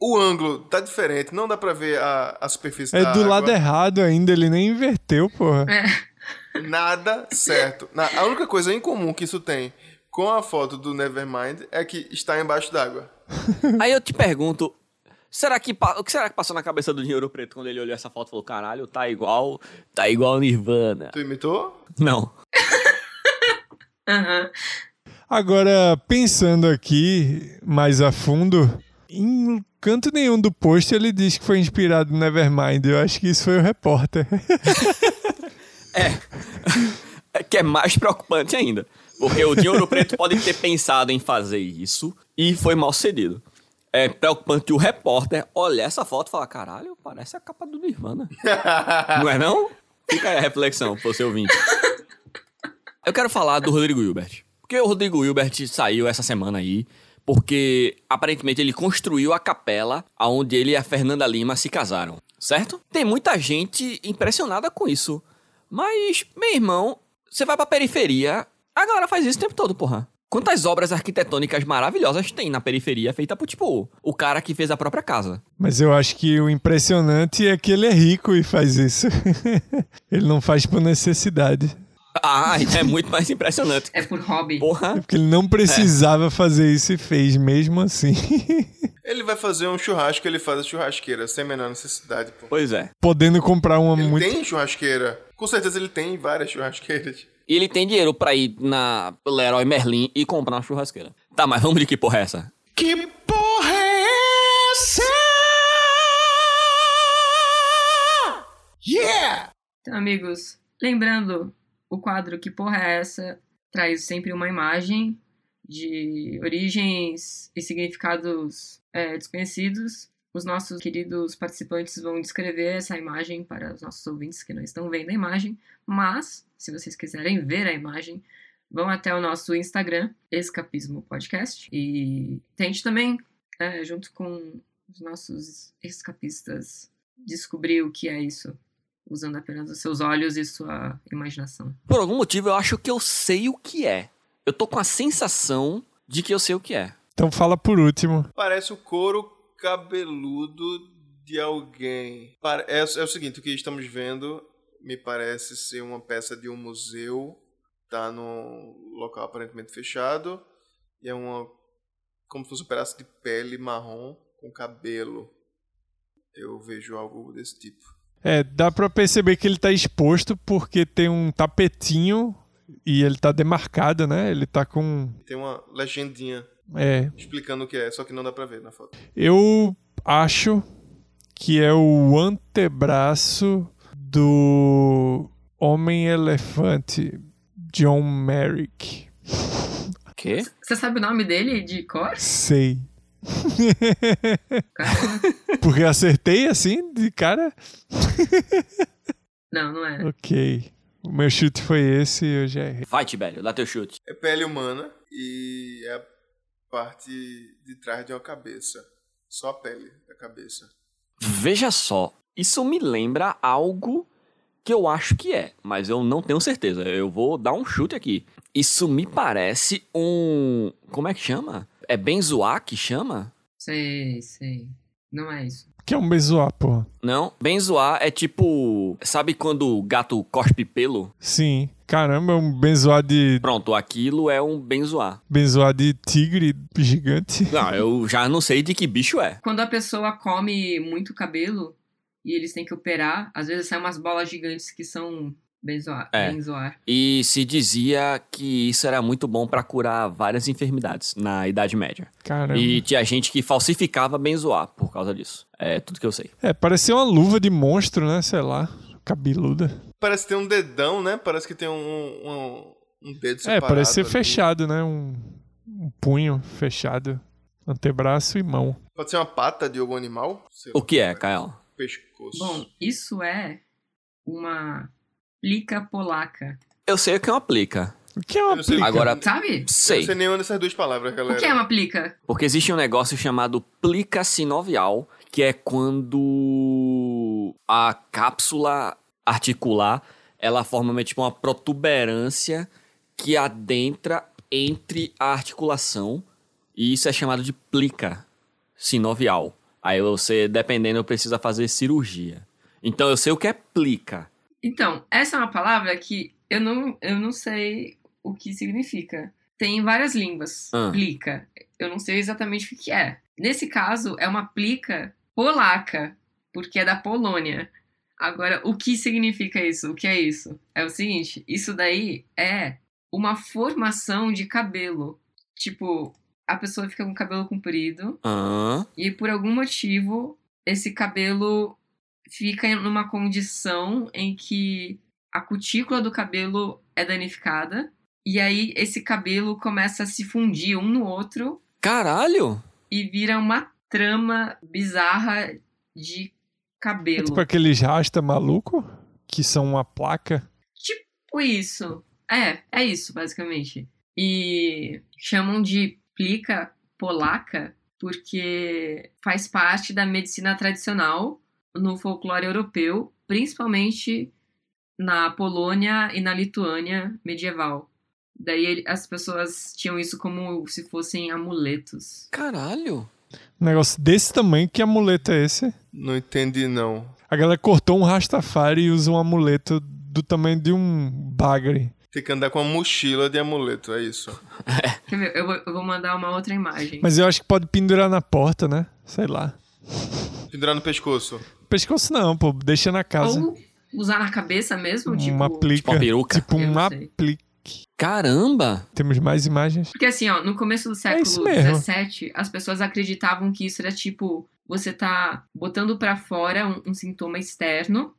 Speaker 4: O ângulo tá diferente. Não dá pra ver a, a superfície
Speaker 1: É
Speaker 4: da
Speaker 1: do
Speaker 4: água.
Speaker 1: lado errado ainda, ele nem inverteu, porra.
Speaker 4: Nada certo. Na- a única coisa em comum que isso tem com a foto do Nevermind é que está embaixo d'água.
Speaker 2: Aí eu te pergunto, será que pa- o que será que passou na cabeça do Dinheiro Preto quando ele olhou essa foto e falou, caralho, tá igual, tá igual Nirvana?
Speaker 4: Tu imitou?
Speaker 2: Não.
Speaker 3: Aham.
Speaker 1: Agora, pensando aqui mais a fundo, em canto nenhum do post ele diz que foi inspirado no Nevermind. Eu acho que isso foi o repórter.
Speaker 2: É que é mais preocupante ainda, porque o Dinheiro Preto pode ter pensado em fazer isso e foi mal cedido. É preocupante o repórter olhar essa foto e falar, caralho, parece a capa do Nirvana. não é não? Fica aí a reflexão pro seu ouvinte. Eu quero falar do Rodrigo Hilbert. Porque o Rodrigo Hilbert saiu essa semana aí, porque aparentemente ele construiu a capela onde ele e a Fernanda Lima se casaram, certo? Tem muita gente impressionada com isso. Mas, meu irmão, você vai pra periferia, a galera faz isso o tempo todo, porra. Quantas obras arquitetônicas maravilhosas tem na periferia feita por, tipo, o cara que fez a própria casa?
Speaker 1: Mas eu acho que o impressionante é que ele é rico e faz isso. ele não faz por necessidade.
Speaker 2: Ah, é muito mais impressionante.
Speaker 3: É por hobby.
Speaker 1: É
Speaker 2: Porra.
Speaker 1: porque ele não precisava fazer isso e fez mesmo assim.
Speaker 4: Ele vai fazer um churrasco, ele faz a churrasqueira, sem a menor necessidade, pô.
Speaker 2: Pois é.
Speaker 1: Podendo comprar uma
Speaker 4: Ele
Speaker 1: muito.
Speaker 4: tem churrasqueira. Com certeza ele tem várias churrasqueiras.
Speaker 2: E ele tem dinheiro pra ir na Leroy Merlin e comprar uma churrasqueira. Tá, mas vamos de que porra é essa?
Speaker 4: Que porra é essa? Yeah!
Speaker 3: Então, amigos, lembrando o quadro Que Porra é Essa? traz sempre uma imagem de origens e significados é, desconhecidos. Os nossos queridos participantes vão descrever essa imagem para os nossos ouvintes que não estão vendo a imagem, mas se vocês quiserem ver a imagem, vão até o nosso Instagram, Escapismo Podcast, e tente também, é, junto com os nossos escapistas, descobrir o que é isso usando apenas os seus olhos e sua imaginação.
Speaker 2: Por algum motivo eu acho que eu sei o que é. Eu tô com a sensação de que eu sei o que é.
Speaker 1: Então fala por último.
Speaker 4: Parece o couro cabeludo de alguém. Pare- É, é o seguinte, o que estamos vendo me parece ser uma peça de um museu tá num local aparentemente fechado e é uma como se fosse um pedaço de pele marrom com cabelo. Eu vejo algo desse tipo.
Speaker 1: É, dá pra perceber que ele tá exposto porque tem um tapetinho e ele tá demarcado, né? Ele tá com.
Speaker 4: Tem uma legendinha
Speaker 1: É.
Speaker 4: explicando o que é, só que não dá pra ver na foto.
Speaker 1: Eu acho que é o antebraço do Homem-Elefante John Merrick.
Speaker 2: Quê?
Speaker 3: Você sabe o nome dele de cor?
Speaker 1: Sei.
Speaker 3: Caramba.
Speaker 1: Porque eu acertei assim, de cara.
Speaker 3: Não, não é.
Speaker 1: Ok. O meu chute foi esse e eu já errei.
Speaker 2: Vai, Tibério, dá teu chute.
Speaker 4: É pele humana e é a parte de trás de uma cabeça. Só a pele da cabeça.
Speaker 2: Veja só, isso me lembra algo que eu acho que é, mas eu não tenho certeza. Eu vou dar um chute aqui. Isso me parece um. Como é que chama? É Benzoá que chama?
Speaker 3: Sei, sei. Não é isso.
Speaker 1: Que é um bezoar, pô.
Speaker 2: Não, Benzoá é tipo. Sabe quando o gato cospe pelo?
Speaker 1: Sim. Caramba, é um benzoar de.
Speaker 2: Pronto, aquilo é um Benzoá.
Speaker 1: Benzoar de tigre gigante.
Speaker 2: Não, Ah, eu já não sei de que bicho é.
Speaker 3: Quando a pessoa come muito cabelo e eles têm que operar, às vezes saem umas bolas gigantes que são benzoar.
Speaker 2: É.
Speaker 3: benzoar.
Speaker 2: E se dizia que isso era muito bom pra curar várias enfermidades na Idade Média.
Speaker 1: Caramba.
Speaker 2: E tinha gente que falsificava benzoar por causa disso. É tudo que eu sei.
Speaker 1: É, parecia uma luva de monstro, né? Sei lá. Cabeluda.
Speaker 4: Parece que tem um dedão, né? Parece que tem um, um, um dedo
Speaker 1: É,
Speaker 4: separado.
Speaker 1: parece ser
Speaker 4: ali.
Speaker 1: fechado, né? Um, um punho fechado. Antebraço e mão.
Speaker 4: Pode ser uma pata de algum animal? Sei lá,
Speaker 2: O que é, Kael?
Speaker 4: Pescoço.
Speaker 3: Bom, isso é uma plica polaca.
Speaker 2: Eu sei o que é uma plica.
Speaker 1: O que é uma
Speaker 4: Eu não sei o que
Speaker 1: plica?
Speaker 4: é.
Speaker 2: Agora,
Speaker 3: Sabe?
Speaker 4: Não
Speaker 2: sei.
Speaker 4: sei nenhuma dessas duas palavras, galera.
Speaker 3: O que é uma plica?
Speaker 2: Porque existe um negócio chamado plica sinovial, que é quando a cápsula articular, ela forma meio tipo uma protuberância que adentra entre a articulação, e isso é chamado de plica sinovial. Aí você, dependendo, precisa fazer cirurgia. Então eu sei o que é plica.
Speaker 3: Então, essa é uma palavra que eu não, eu não sei o que significa. Tem em várias línguas.
Speaker 2: Ah.
Speaker 3: Plica. Eu não sei exatamente o que é. Nesse caso, é uma plica polaca, porque é da Polônia. Agora, o que significa isso? O que é isso? É o seguinte: isso daí é uma formação de cabelo. Tipo, a pessoa fica com o cabelo comprido
Speaker 2: Ahn?
Speaker 3: e por algum motivo, esse cabelo fica em uma condição em que a cutícula do cabelo é danificada. E aí esse cabelo começa a se fundir um no outro
Speaker 2: Caralho!
Speaker 3: e vira uma trama bizarra de
Speaker 1: É
Speaker 3: cabelo.
Speaker 1: tipo aqueles rasta maluco que são uma placa.
Speaker 3: Tipo isso. É, é isso, basicamente. E chamam de plica polaca porque faz parte da medicina tradicional no folclore europeu, principalmente na Polônia e na Lituânia medieval. Daí ele- as pessoas tinham isso como se fossem amuletos.
Speaker 2: Caralho!
Speaker 1: Um negócio desse tamanho, que amuleto é esse?
Speaker 4: Não entendi, não.
Speaker 1: A galera cortou um rastafari e usa um amuleto do tamanho de um bagre.
Speaker 4: Tem que andar com uma mochila de amuleto, é isso.
Speaker 3: Quer ver? Eu vou, eu vou mandar uma outra imagem.
Speaker 1: Mas eu acho que pode pendurar na porta, né? Sei lá.
Speaker 4: Pendurar no pescoço.
Speaker 1: Pescoço não, pô. Deixa na casa.
Speaker 3: Ou usar na cabeça mesmo, tipo.
Speaker 1: uma plica.
Speaker 2: Tipo uma peruca.
Speaker 1: Tipo
Speaker 3: Eu
Speaker 1: uma
Speaker 3: sei.
Speaker 1: plica.
Speaker 2: Caramba!
Speaker 1: Temos mais imagens?
Speaker 3: Porque assim, ó, no começo do século
Speaker 1: É isso mesmo.
Speaker 3: XVII, as pessoas acreditavam que isso era tipo, você tá botando pra fora um, um sintoma externo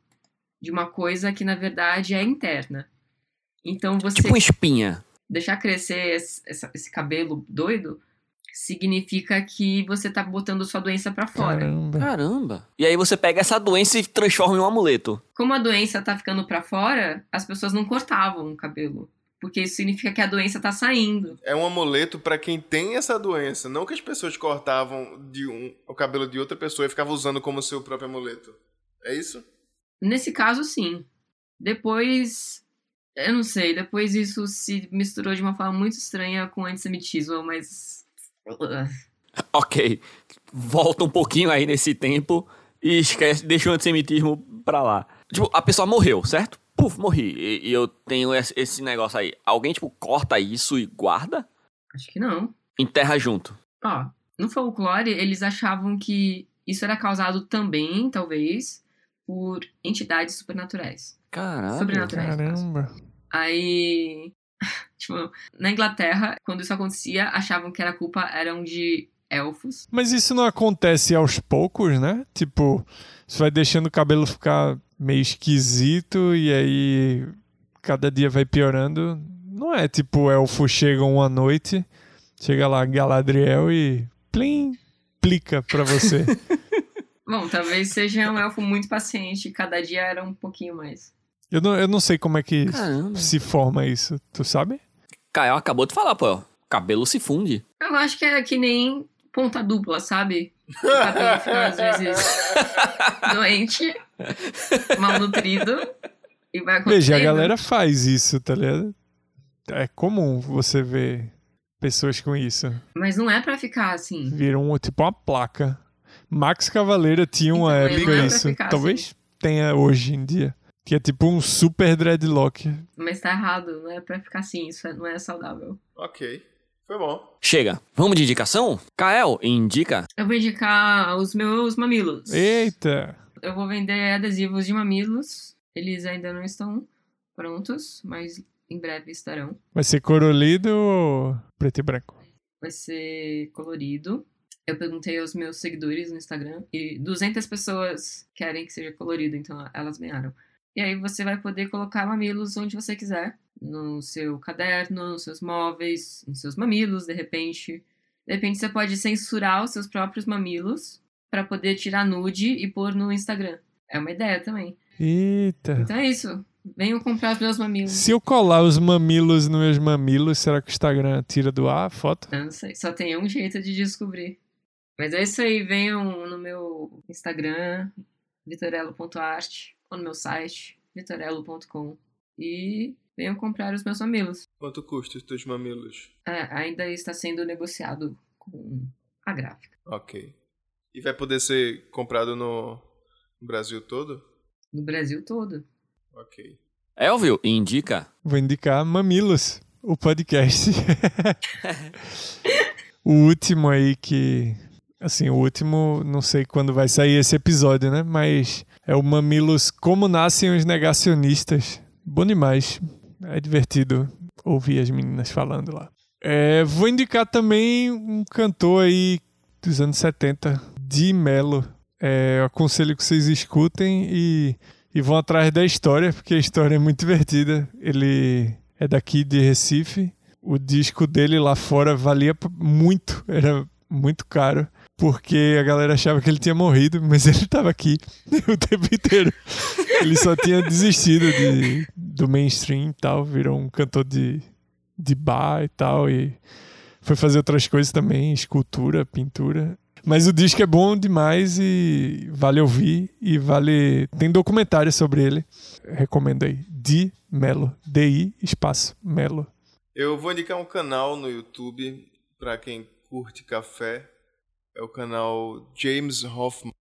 Speaker 3: de uma coisa que na verdade é interna. Então você
Speaker 2: Tipo uma espinha.
Speaker 3: deixar crescer esse, essa- esse cabelo doido significa que você tá botando sua doença pra fora.
Speaker 1: Caramba.
Speaker 2: Caramba! E aí você pega essa doença e transforma em um amuleto.
Speaker 3: Como a doença tá ficando pra fora, as pessoas não cortavam o cabelo, porque isso significa que a doença tá saindo.
Speaker 4: É um amuleto pra quem tem essa doença. Não que as pessoas cortavam de um, o cabelo de outra pessoa e ficavam usando como seu próprio amuleto. É isso?
Speaker 3: Nesse caso, sim. Depois. Eu não sei, depois isso se misturou de uma forma muito estranha com antissemitismo, mas. ah,
Speaker 2: Ok. Volta um pouquinho aí nesse tempo e esquece, deixa o antissemitismo pra lá. Tipo, a pessoa morreu, certo? puf, morri. E, e eu tenho esse- esse negócio aí. Alguém, tipo, corta isso e guarda?
Speaker 3: Acho que não.
Speaker 2: Enterra junto.
Speaker 3: Ó, no folclore, eles achavam que isso era causado também, talvez, por entidades supernaturais.
Speaker 2: Caralho.
Speaker 3: Sobrenatural.
Speaker 1: Caramba.
Speaker 3: Aí, tipo, na Inglaterra, quando isso acontecia, achavam que era culpa eram de elfos.
Speaker 1: Mas isso não acontece aos poucos, né? Tipo, você vai deixando o cabelo ficar meio esquisito e aí cada dia vai piorando. Não é tipo elfo chega uma noite, chega lá Galadriel e plim, plica pra você.
Speaker 3: Bom, talvez seja um elfo muito paciente, cada dia era um pouquinho mais.
Speaker 1: eu, não, eu não sei como é que
Speaker 2: Caramba.
Speaker 1: se forma isso, tu sabe?
Speaker 2: Caio acabou de falar, pô. Cabelo se funde.
Speaker 3: Eu acho que é que nem ponta dupla, sabe? O cabelo fica às vezes doente, malnutrido, e vai acontecer.
Speaker 1: Veja, a galera faz isso, tá ligado? É comum você ver pessoas com isso.
Speaker 3: Mas não é pra ficar assim.
Speaker 1: Viram um- tipo uma placa. Max Cavaleira tinha uma
Speaker 3: Então, ele
Speaker 1: época
Speaker 3: não é pra
Speaker 1: isso.
Speaker 3: ficar
Speaker 1: Talvez tenha hoje em dia. Que é tipo um super dreadlock.
Speaker 3: Mas tá errado, não é pra ficar assim, isso não é saudável.
Speaker 4: Ok. Foi bom.
Speaker 2: Chega. Vamos de indicação? Kael, indica.
Speaker 3: Eu vou indicar os meus mamilos.
Speaker 1: Eita!
Speaker 3: Eu vou vender adesivos de mamilos. Eles ainda não estão prontos, mas em breve estarão.
Speaker 1: Vai ser corolido ou preto e branco?
Speaker 3: Vai ser colorido. Eu perguntei aos meus seguidores no Instagram e 200 pessoas querem que seja colorido, então elas ganharam. E aí você vai poder colocar mamilos onde você quiser, no seu caderno, nos seus móveis, nos seus mamilos, de repente. De repente você pode censurar os seus próprios mamilos para poder tirar nude e pôr no Instagram. É uma ideia também.
Speaker 1: Eita!
Speaker 3: Então é isso. Venham comprar os meus mamilos.
Speaker 1: Se eu colar os mamilos nos meus mamilos, será que o Instagram tira do ar a foto?
Speaker 3: Eu não sei, só tem um jeito de descobrir. Mas é isso aí, venham no meu Instagram, vitorello.arte, ou no meu site, vitorello.com. E venham comprar os meus mamilos.
Speaker 4: Quanto custa os teus mamilos?
Speaker 3: É, ainda está sendo negociado com a gráfica.
Speaker 4: Ok. E vai poder ser comprado no Brasil todo?
Speaker 3: No Brasil todo.
Speaker 4: Ok.
Speaker 2: Elvio, indica.
Speaker 1: Vou indicar Mamilos, o podcast. o último aí que. Assim, o último, não sei quando vai sair esse episódio, né? Mas é o Mamilos Como Nascem os Negacionistas. Bom demais. É divertido ouvir as meninas falando lá. É, vou indicar também um cantor aí dos anos 70, Di Mello. É, eu aconselho que vocês escutem e e vão atrás da história, porque a história é muito divertida. Ele é daqui de Recife. O disco dele lá fora valia p- muito, era muito caro, porque a galera achava que ele tinha morrido, mas ele estava aqui o tempo inteiro. Ele só tinha desistido de- do mainstream e tal, virou um cantor de, de bar e tal, e foi fazer outras coisas também, escultura, pintura. Mas o disco é bom demais e vale ouvir e vale. Tem documentário sobre ele. Recomendo aí. Di Melo. D-I espaço Melo.
Speaker 4: Eu vou indicar um canal no YouTube pra quem curte café. É o canal James Hoffman.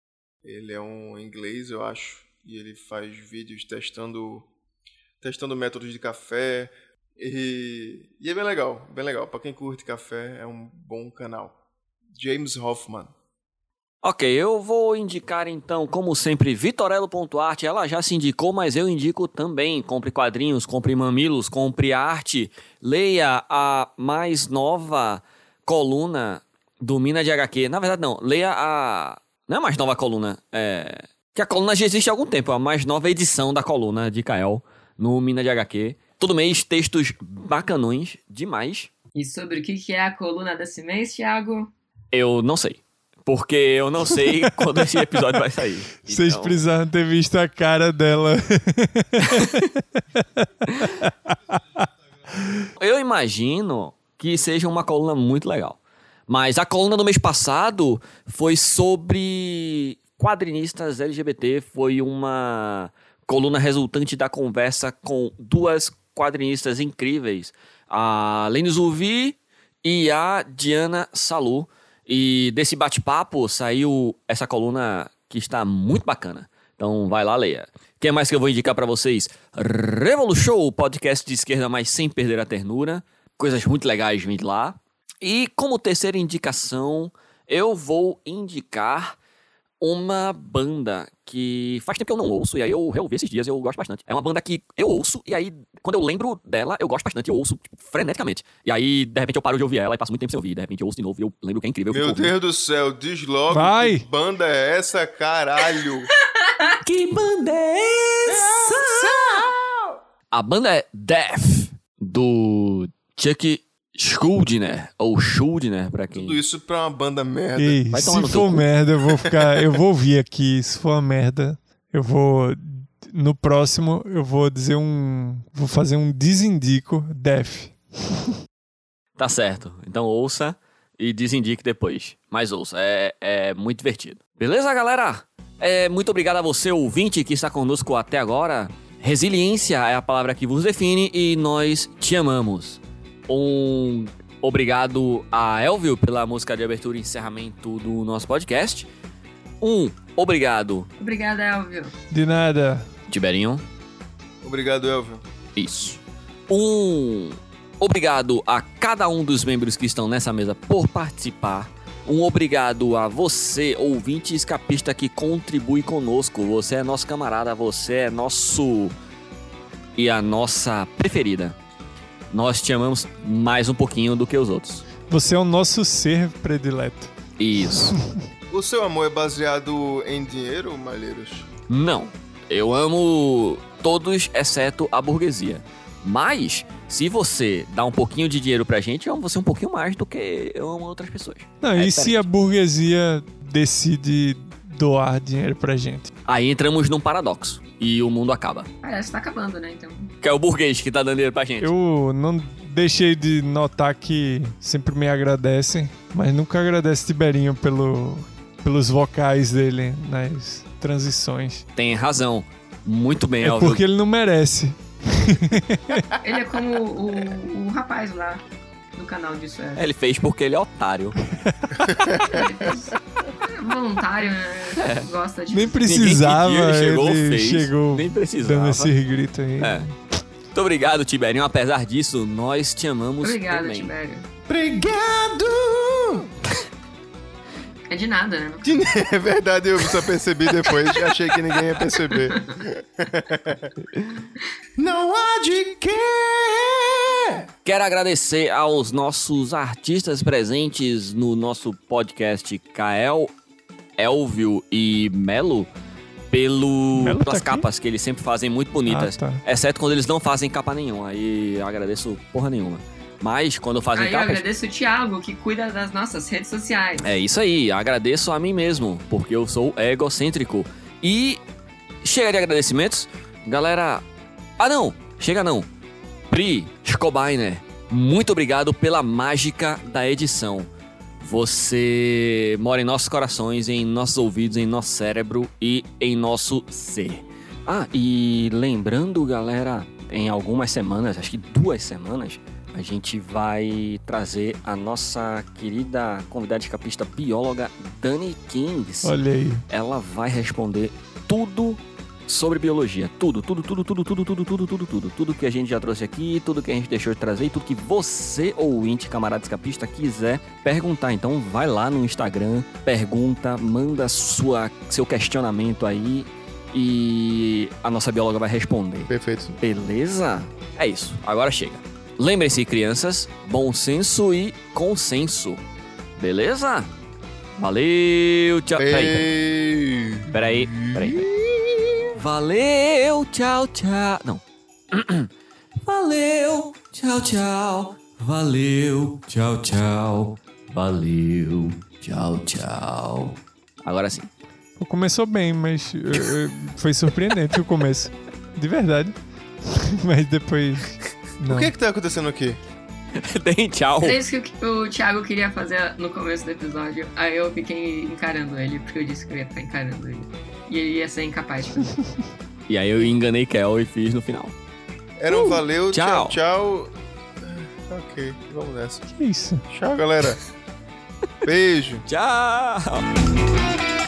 Speaker 4: Ele é um inglês, eu acho, e ele faz vídeos testando testando métodos de café e, e é bem legal, bem legal. Pra quem curte café é um bom canal. James Hoffman.
Speaker 2: Ok, eu vou indicar então, como sempre, vitorello.arte. Ela já se indicou, mas eu indico também. Compre quadrinhos, compre mamilos, compre arte. Leia a mais nova coluna do Mina de HQ. Na verdade, não. Leia a. Não é a mais nova coluna. É. Que a coluna já existe há algum tempo. É a mais nova edição da coluna de Kael no Mina de HQ. Todo mês, textos bacanões demais.
Speaker 3: E sobre o que que é a coluna desse mês, Thiago?
Speaker 2: Eu não sei. Porque eu não sei quando esse episódio vai sair.
Speaker 1: Vocês
Speaker 2: Então-
Speaker 1: precisaram ter visto a cara dela.
Speaker 2: Eu imagino que seja uma coluna muito legal. Mas a coluna do mês passado foi sobre quadrinistas LGBT. Foi uma coluna resultante da conversa com duas quadrinistas incríveis. A Lene Zuvi e a Diana Salu. E desse bate-papo saiu essa coluna que está muito bacana. Então vai lá, leia. que mais que eu vou indicar pra vocês? Revolution, o podcast de esquerda, mas sem perder a ternura. Coisas muito legais vindo lá. E como terceira indicação, eu vou indicar uma banda que faz tempo que eu não ouço, e aí eu reouvi esses dias e eu gosto bastante. É uma banda que eu ouço, e aí quando eu lembro dela, eu gosto bastante, eu ouço tipo, freneticamente. E aí, de repente, eu paro de ouvir ela e passo muito tempo sem ouvir. De repente, eu ouço de novo e eu lembro que é incrível. eu
Speaker 4: Meu
Speaker 2: fico ouvindo.
Speaker 4: Deus do céu, diz logo
Speaker 1: Vai.
Speaker 4: que banda é essa, caralho?
Speaker 2: "Ah, Que banda é essa? A banda é Death, do Chuck Schuldiner, ou Schuldiner, pra quem...
Speaker 4: Tudo isso pra uma banda merda.
Speaker 1: Ei,
Speaker 2: É, Vai tomar
Speaker 1: se
Speaker 2: no teu
Speaker 1: for
Speaker 2: cu.
Speaker 1: merda, eu vou ficar. Eu vou ouvir aqui. Se for uma merda, eu vou. No próximo, eu vou dizer um. Vou fazer um desindico def.
Speaker 2: Tá certo. Então ouça e desindique depois. Mas ouça, é, é muito divertido. Beleza, galera? É, muito obrigado a você, ouvinte, que está conosco até agora. Resiliência é a palavra que vos define e nós te amamos. Um obrigado a Elvio pela música de abertura e encerramento do nosso podcast. Um obrigado,
Speaker 3: Obrigada, Elvio.
Speaker 1: De nada.
Speaker 2: Tiberinho.
Speaker 4: Obrigado, Elvio.
Speaker 2: Isso. Um obrigado a cada um dos membros que estão nessa mesa por participar. Um obrigado a você, ouvinte escapista, que contribui conosco. Você é nosso camarada, você é nosso. e a nossa preferida. Nós te amamos mais um pouquinho do que os outros.
Speaker 1: Você é o nosso ser predileto.
Speaker 2: Isso.
Speaker 4: O seu amor é baseado em dinheiro, Malheiros?
Speaker 2: Não. Eu amo todos, exceto a burguesia. Mas, se você dá um pouquinho de dinheiro pra gente, eu amo você um pouquinho mais do que eu amo outras pessoas.
Speaker 1: Não,
Speaker 2: É
Speaker 1: e se a burguesia decide doar dinheiro pra gente?
Speaker 2: Aí entramos num paradoxo. E o mundo acaba.
Speaker 3: Parece que tá acabando, né? Então.
Speaker 2: Que é o burguês que tá dando dinheiro pra gente.
Speaker 1: Eu não deixei de notar que sempre me agradecem, mas nunca agradece Tiberinho pelo, pelos vocais dele nas transições.
Speaker 2: Tem razão. Muito bem,
Speaker 1: É
Speaker 2: Elvio.
Speaker 1: porque ele não merece.
Speaker 3: Ele é como o, o rapaz lá do canal disso é.
Speaker 2: Ele fez porque ele é otário.
Speaker 3: Ele fez- é voluntário, né? Gosta de.
Speaker 1: Nem
Speaker 2: Ninguém
Speaker 1: precisava.
Speaker 2: pediu, ele chegou,
Speaker 1: ele
Speaker 2: fez.
Speaker 1: chegou
Speaker 2: Nem precisava.
Speaker 1: dando esse grito aí.
Speaker 2: É. Muito obrigado, Tiberinho. Apesar disso, nós te amamos
Speaker 3: Obrigada,
Speaker 2: também.
Speaker 3: Tibério.
Speaker 4: Obrigado!
Speaker 3: É de nada, né?
Speaker 4: É verdade, eu só percebi depois. Achei que ninguém ia perceber. Não há de quê!
Speaker 2: Quero agradecer aos nossos artistas presentes no nosso podcast Kael, Elvio e Melo pelo,
Speaker 1: Melo tá
Speaker 2: pelas
Speaker 1: aqui?
Speaker 2: capas que eles sempre fazem muito bonitas.
Speaker 1: Ah, tá.
Speaker 2: Exceto quando eles não fazem capa nenhuma. Aí eu agradeço porra nenhuma. Mas quando fazem
Speaker 3: Aí eu
Speaker 2: capas.
Speaker 3: agradeço o Thiago, que cuida das nossas redes sociais.
Speaker 2: É isso aí, agradeço a mim mesmo, porque eu sou egocêntrico. E chega de agradecimentos, galera. Ah não, chega não. Pri Scobainer, muito obrigado pela mágica da edição. Você mora em nossos corações, em nossos ouvidos, em nosso cérebro e em nosso ser. Ah, e lembrando, galera, em algumas semanas, acho que duas semanas, a gente vai trazer a nossa querida convidada escapista bióloga Dani Kings.
Speaker 1: Olha aí.
Speaker 2: Ela vai responder tudo sobre biologia. Tudo, tudo, tudo, tudo, tudo, tudo, tudo, tudo, tudo. Tudo que a gente já trouxe aqui, tudo que a gente deixou de trazer e tudo que você, ouvinte, camarada escapista, quiser perguntar. Então vai lá no Instagram, pergunta, manda sua, seu questionamento aí e a nossa bióloga vai responder.
Speaker 4: Perfeito.
Speaker 2: Beleza? É isso, agora chega. Lembrem-se, crianças, bom senso e consenso. Beleza? Valeu, tchau. Peraí,
Speaker 4: Ei.
Speaker 2: peraí, peraí. peraí. Valeu, tchau, tchau. Não. Valeu, tchau, tchau. Valeu, tchau, tchau. Valeu, tchau, tchau. Agora sim.
Speaker 1: Pô, Começou bem, mas eh, eh, foi surpreendente o começo. De verdade. Mas depois. Não.
Speaker 4: O que é que tá acontecendo aqui?
Speaker 2: Deem tchau.
Speaker 3: Era é isso que o, o Thiago queria fazer no começo do episódio. Aí eu fiquei encarando ele, porque eu disse que eu ia ficar encarando ele. E ele ia ser incapaz de fazer.
Speaker 2: E aí eu enganei Kel e fiz no final.
Speaker 4: Era um valeu,
Speaker 2: tchau.
Speaker 4: tchau, tchau. Ok, vamos nessa.
Speaker 1: que é isso?
Speaker 4: Tchau, galera. Beijo.
Speaker 2: Tchau.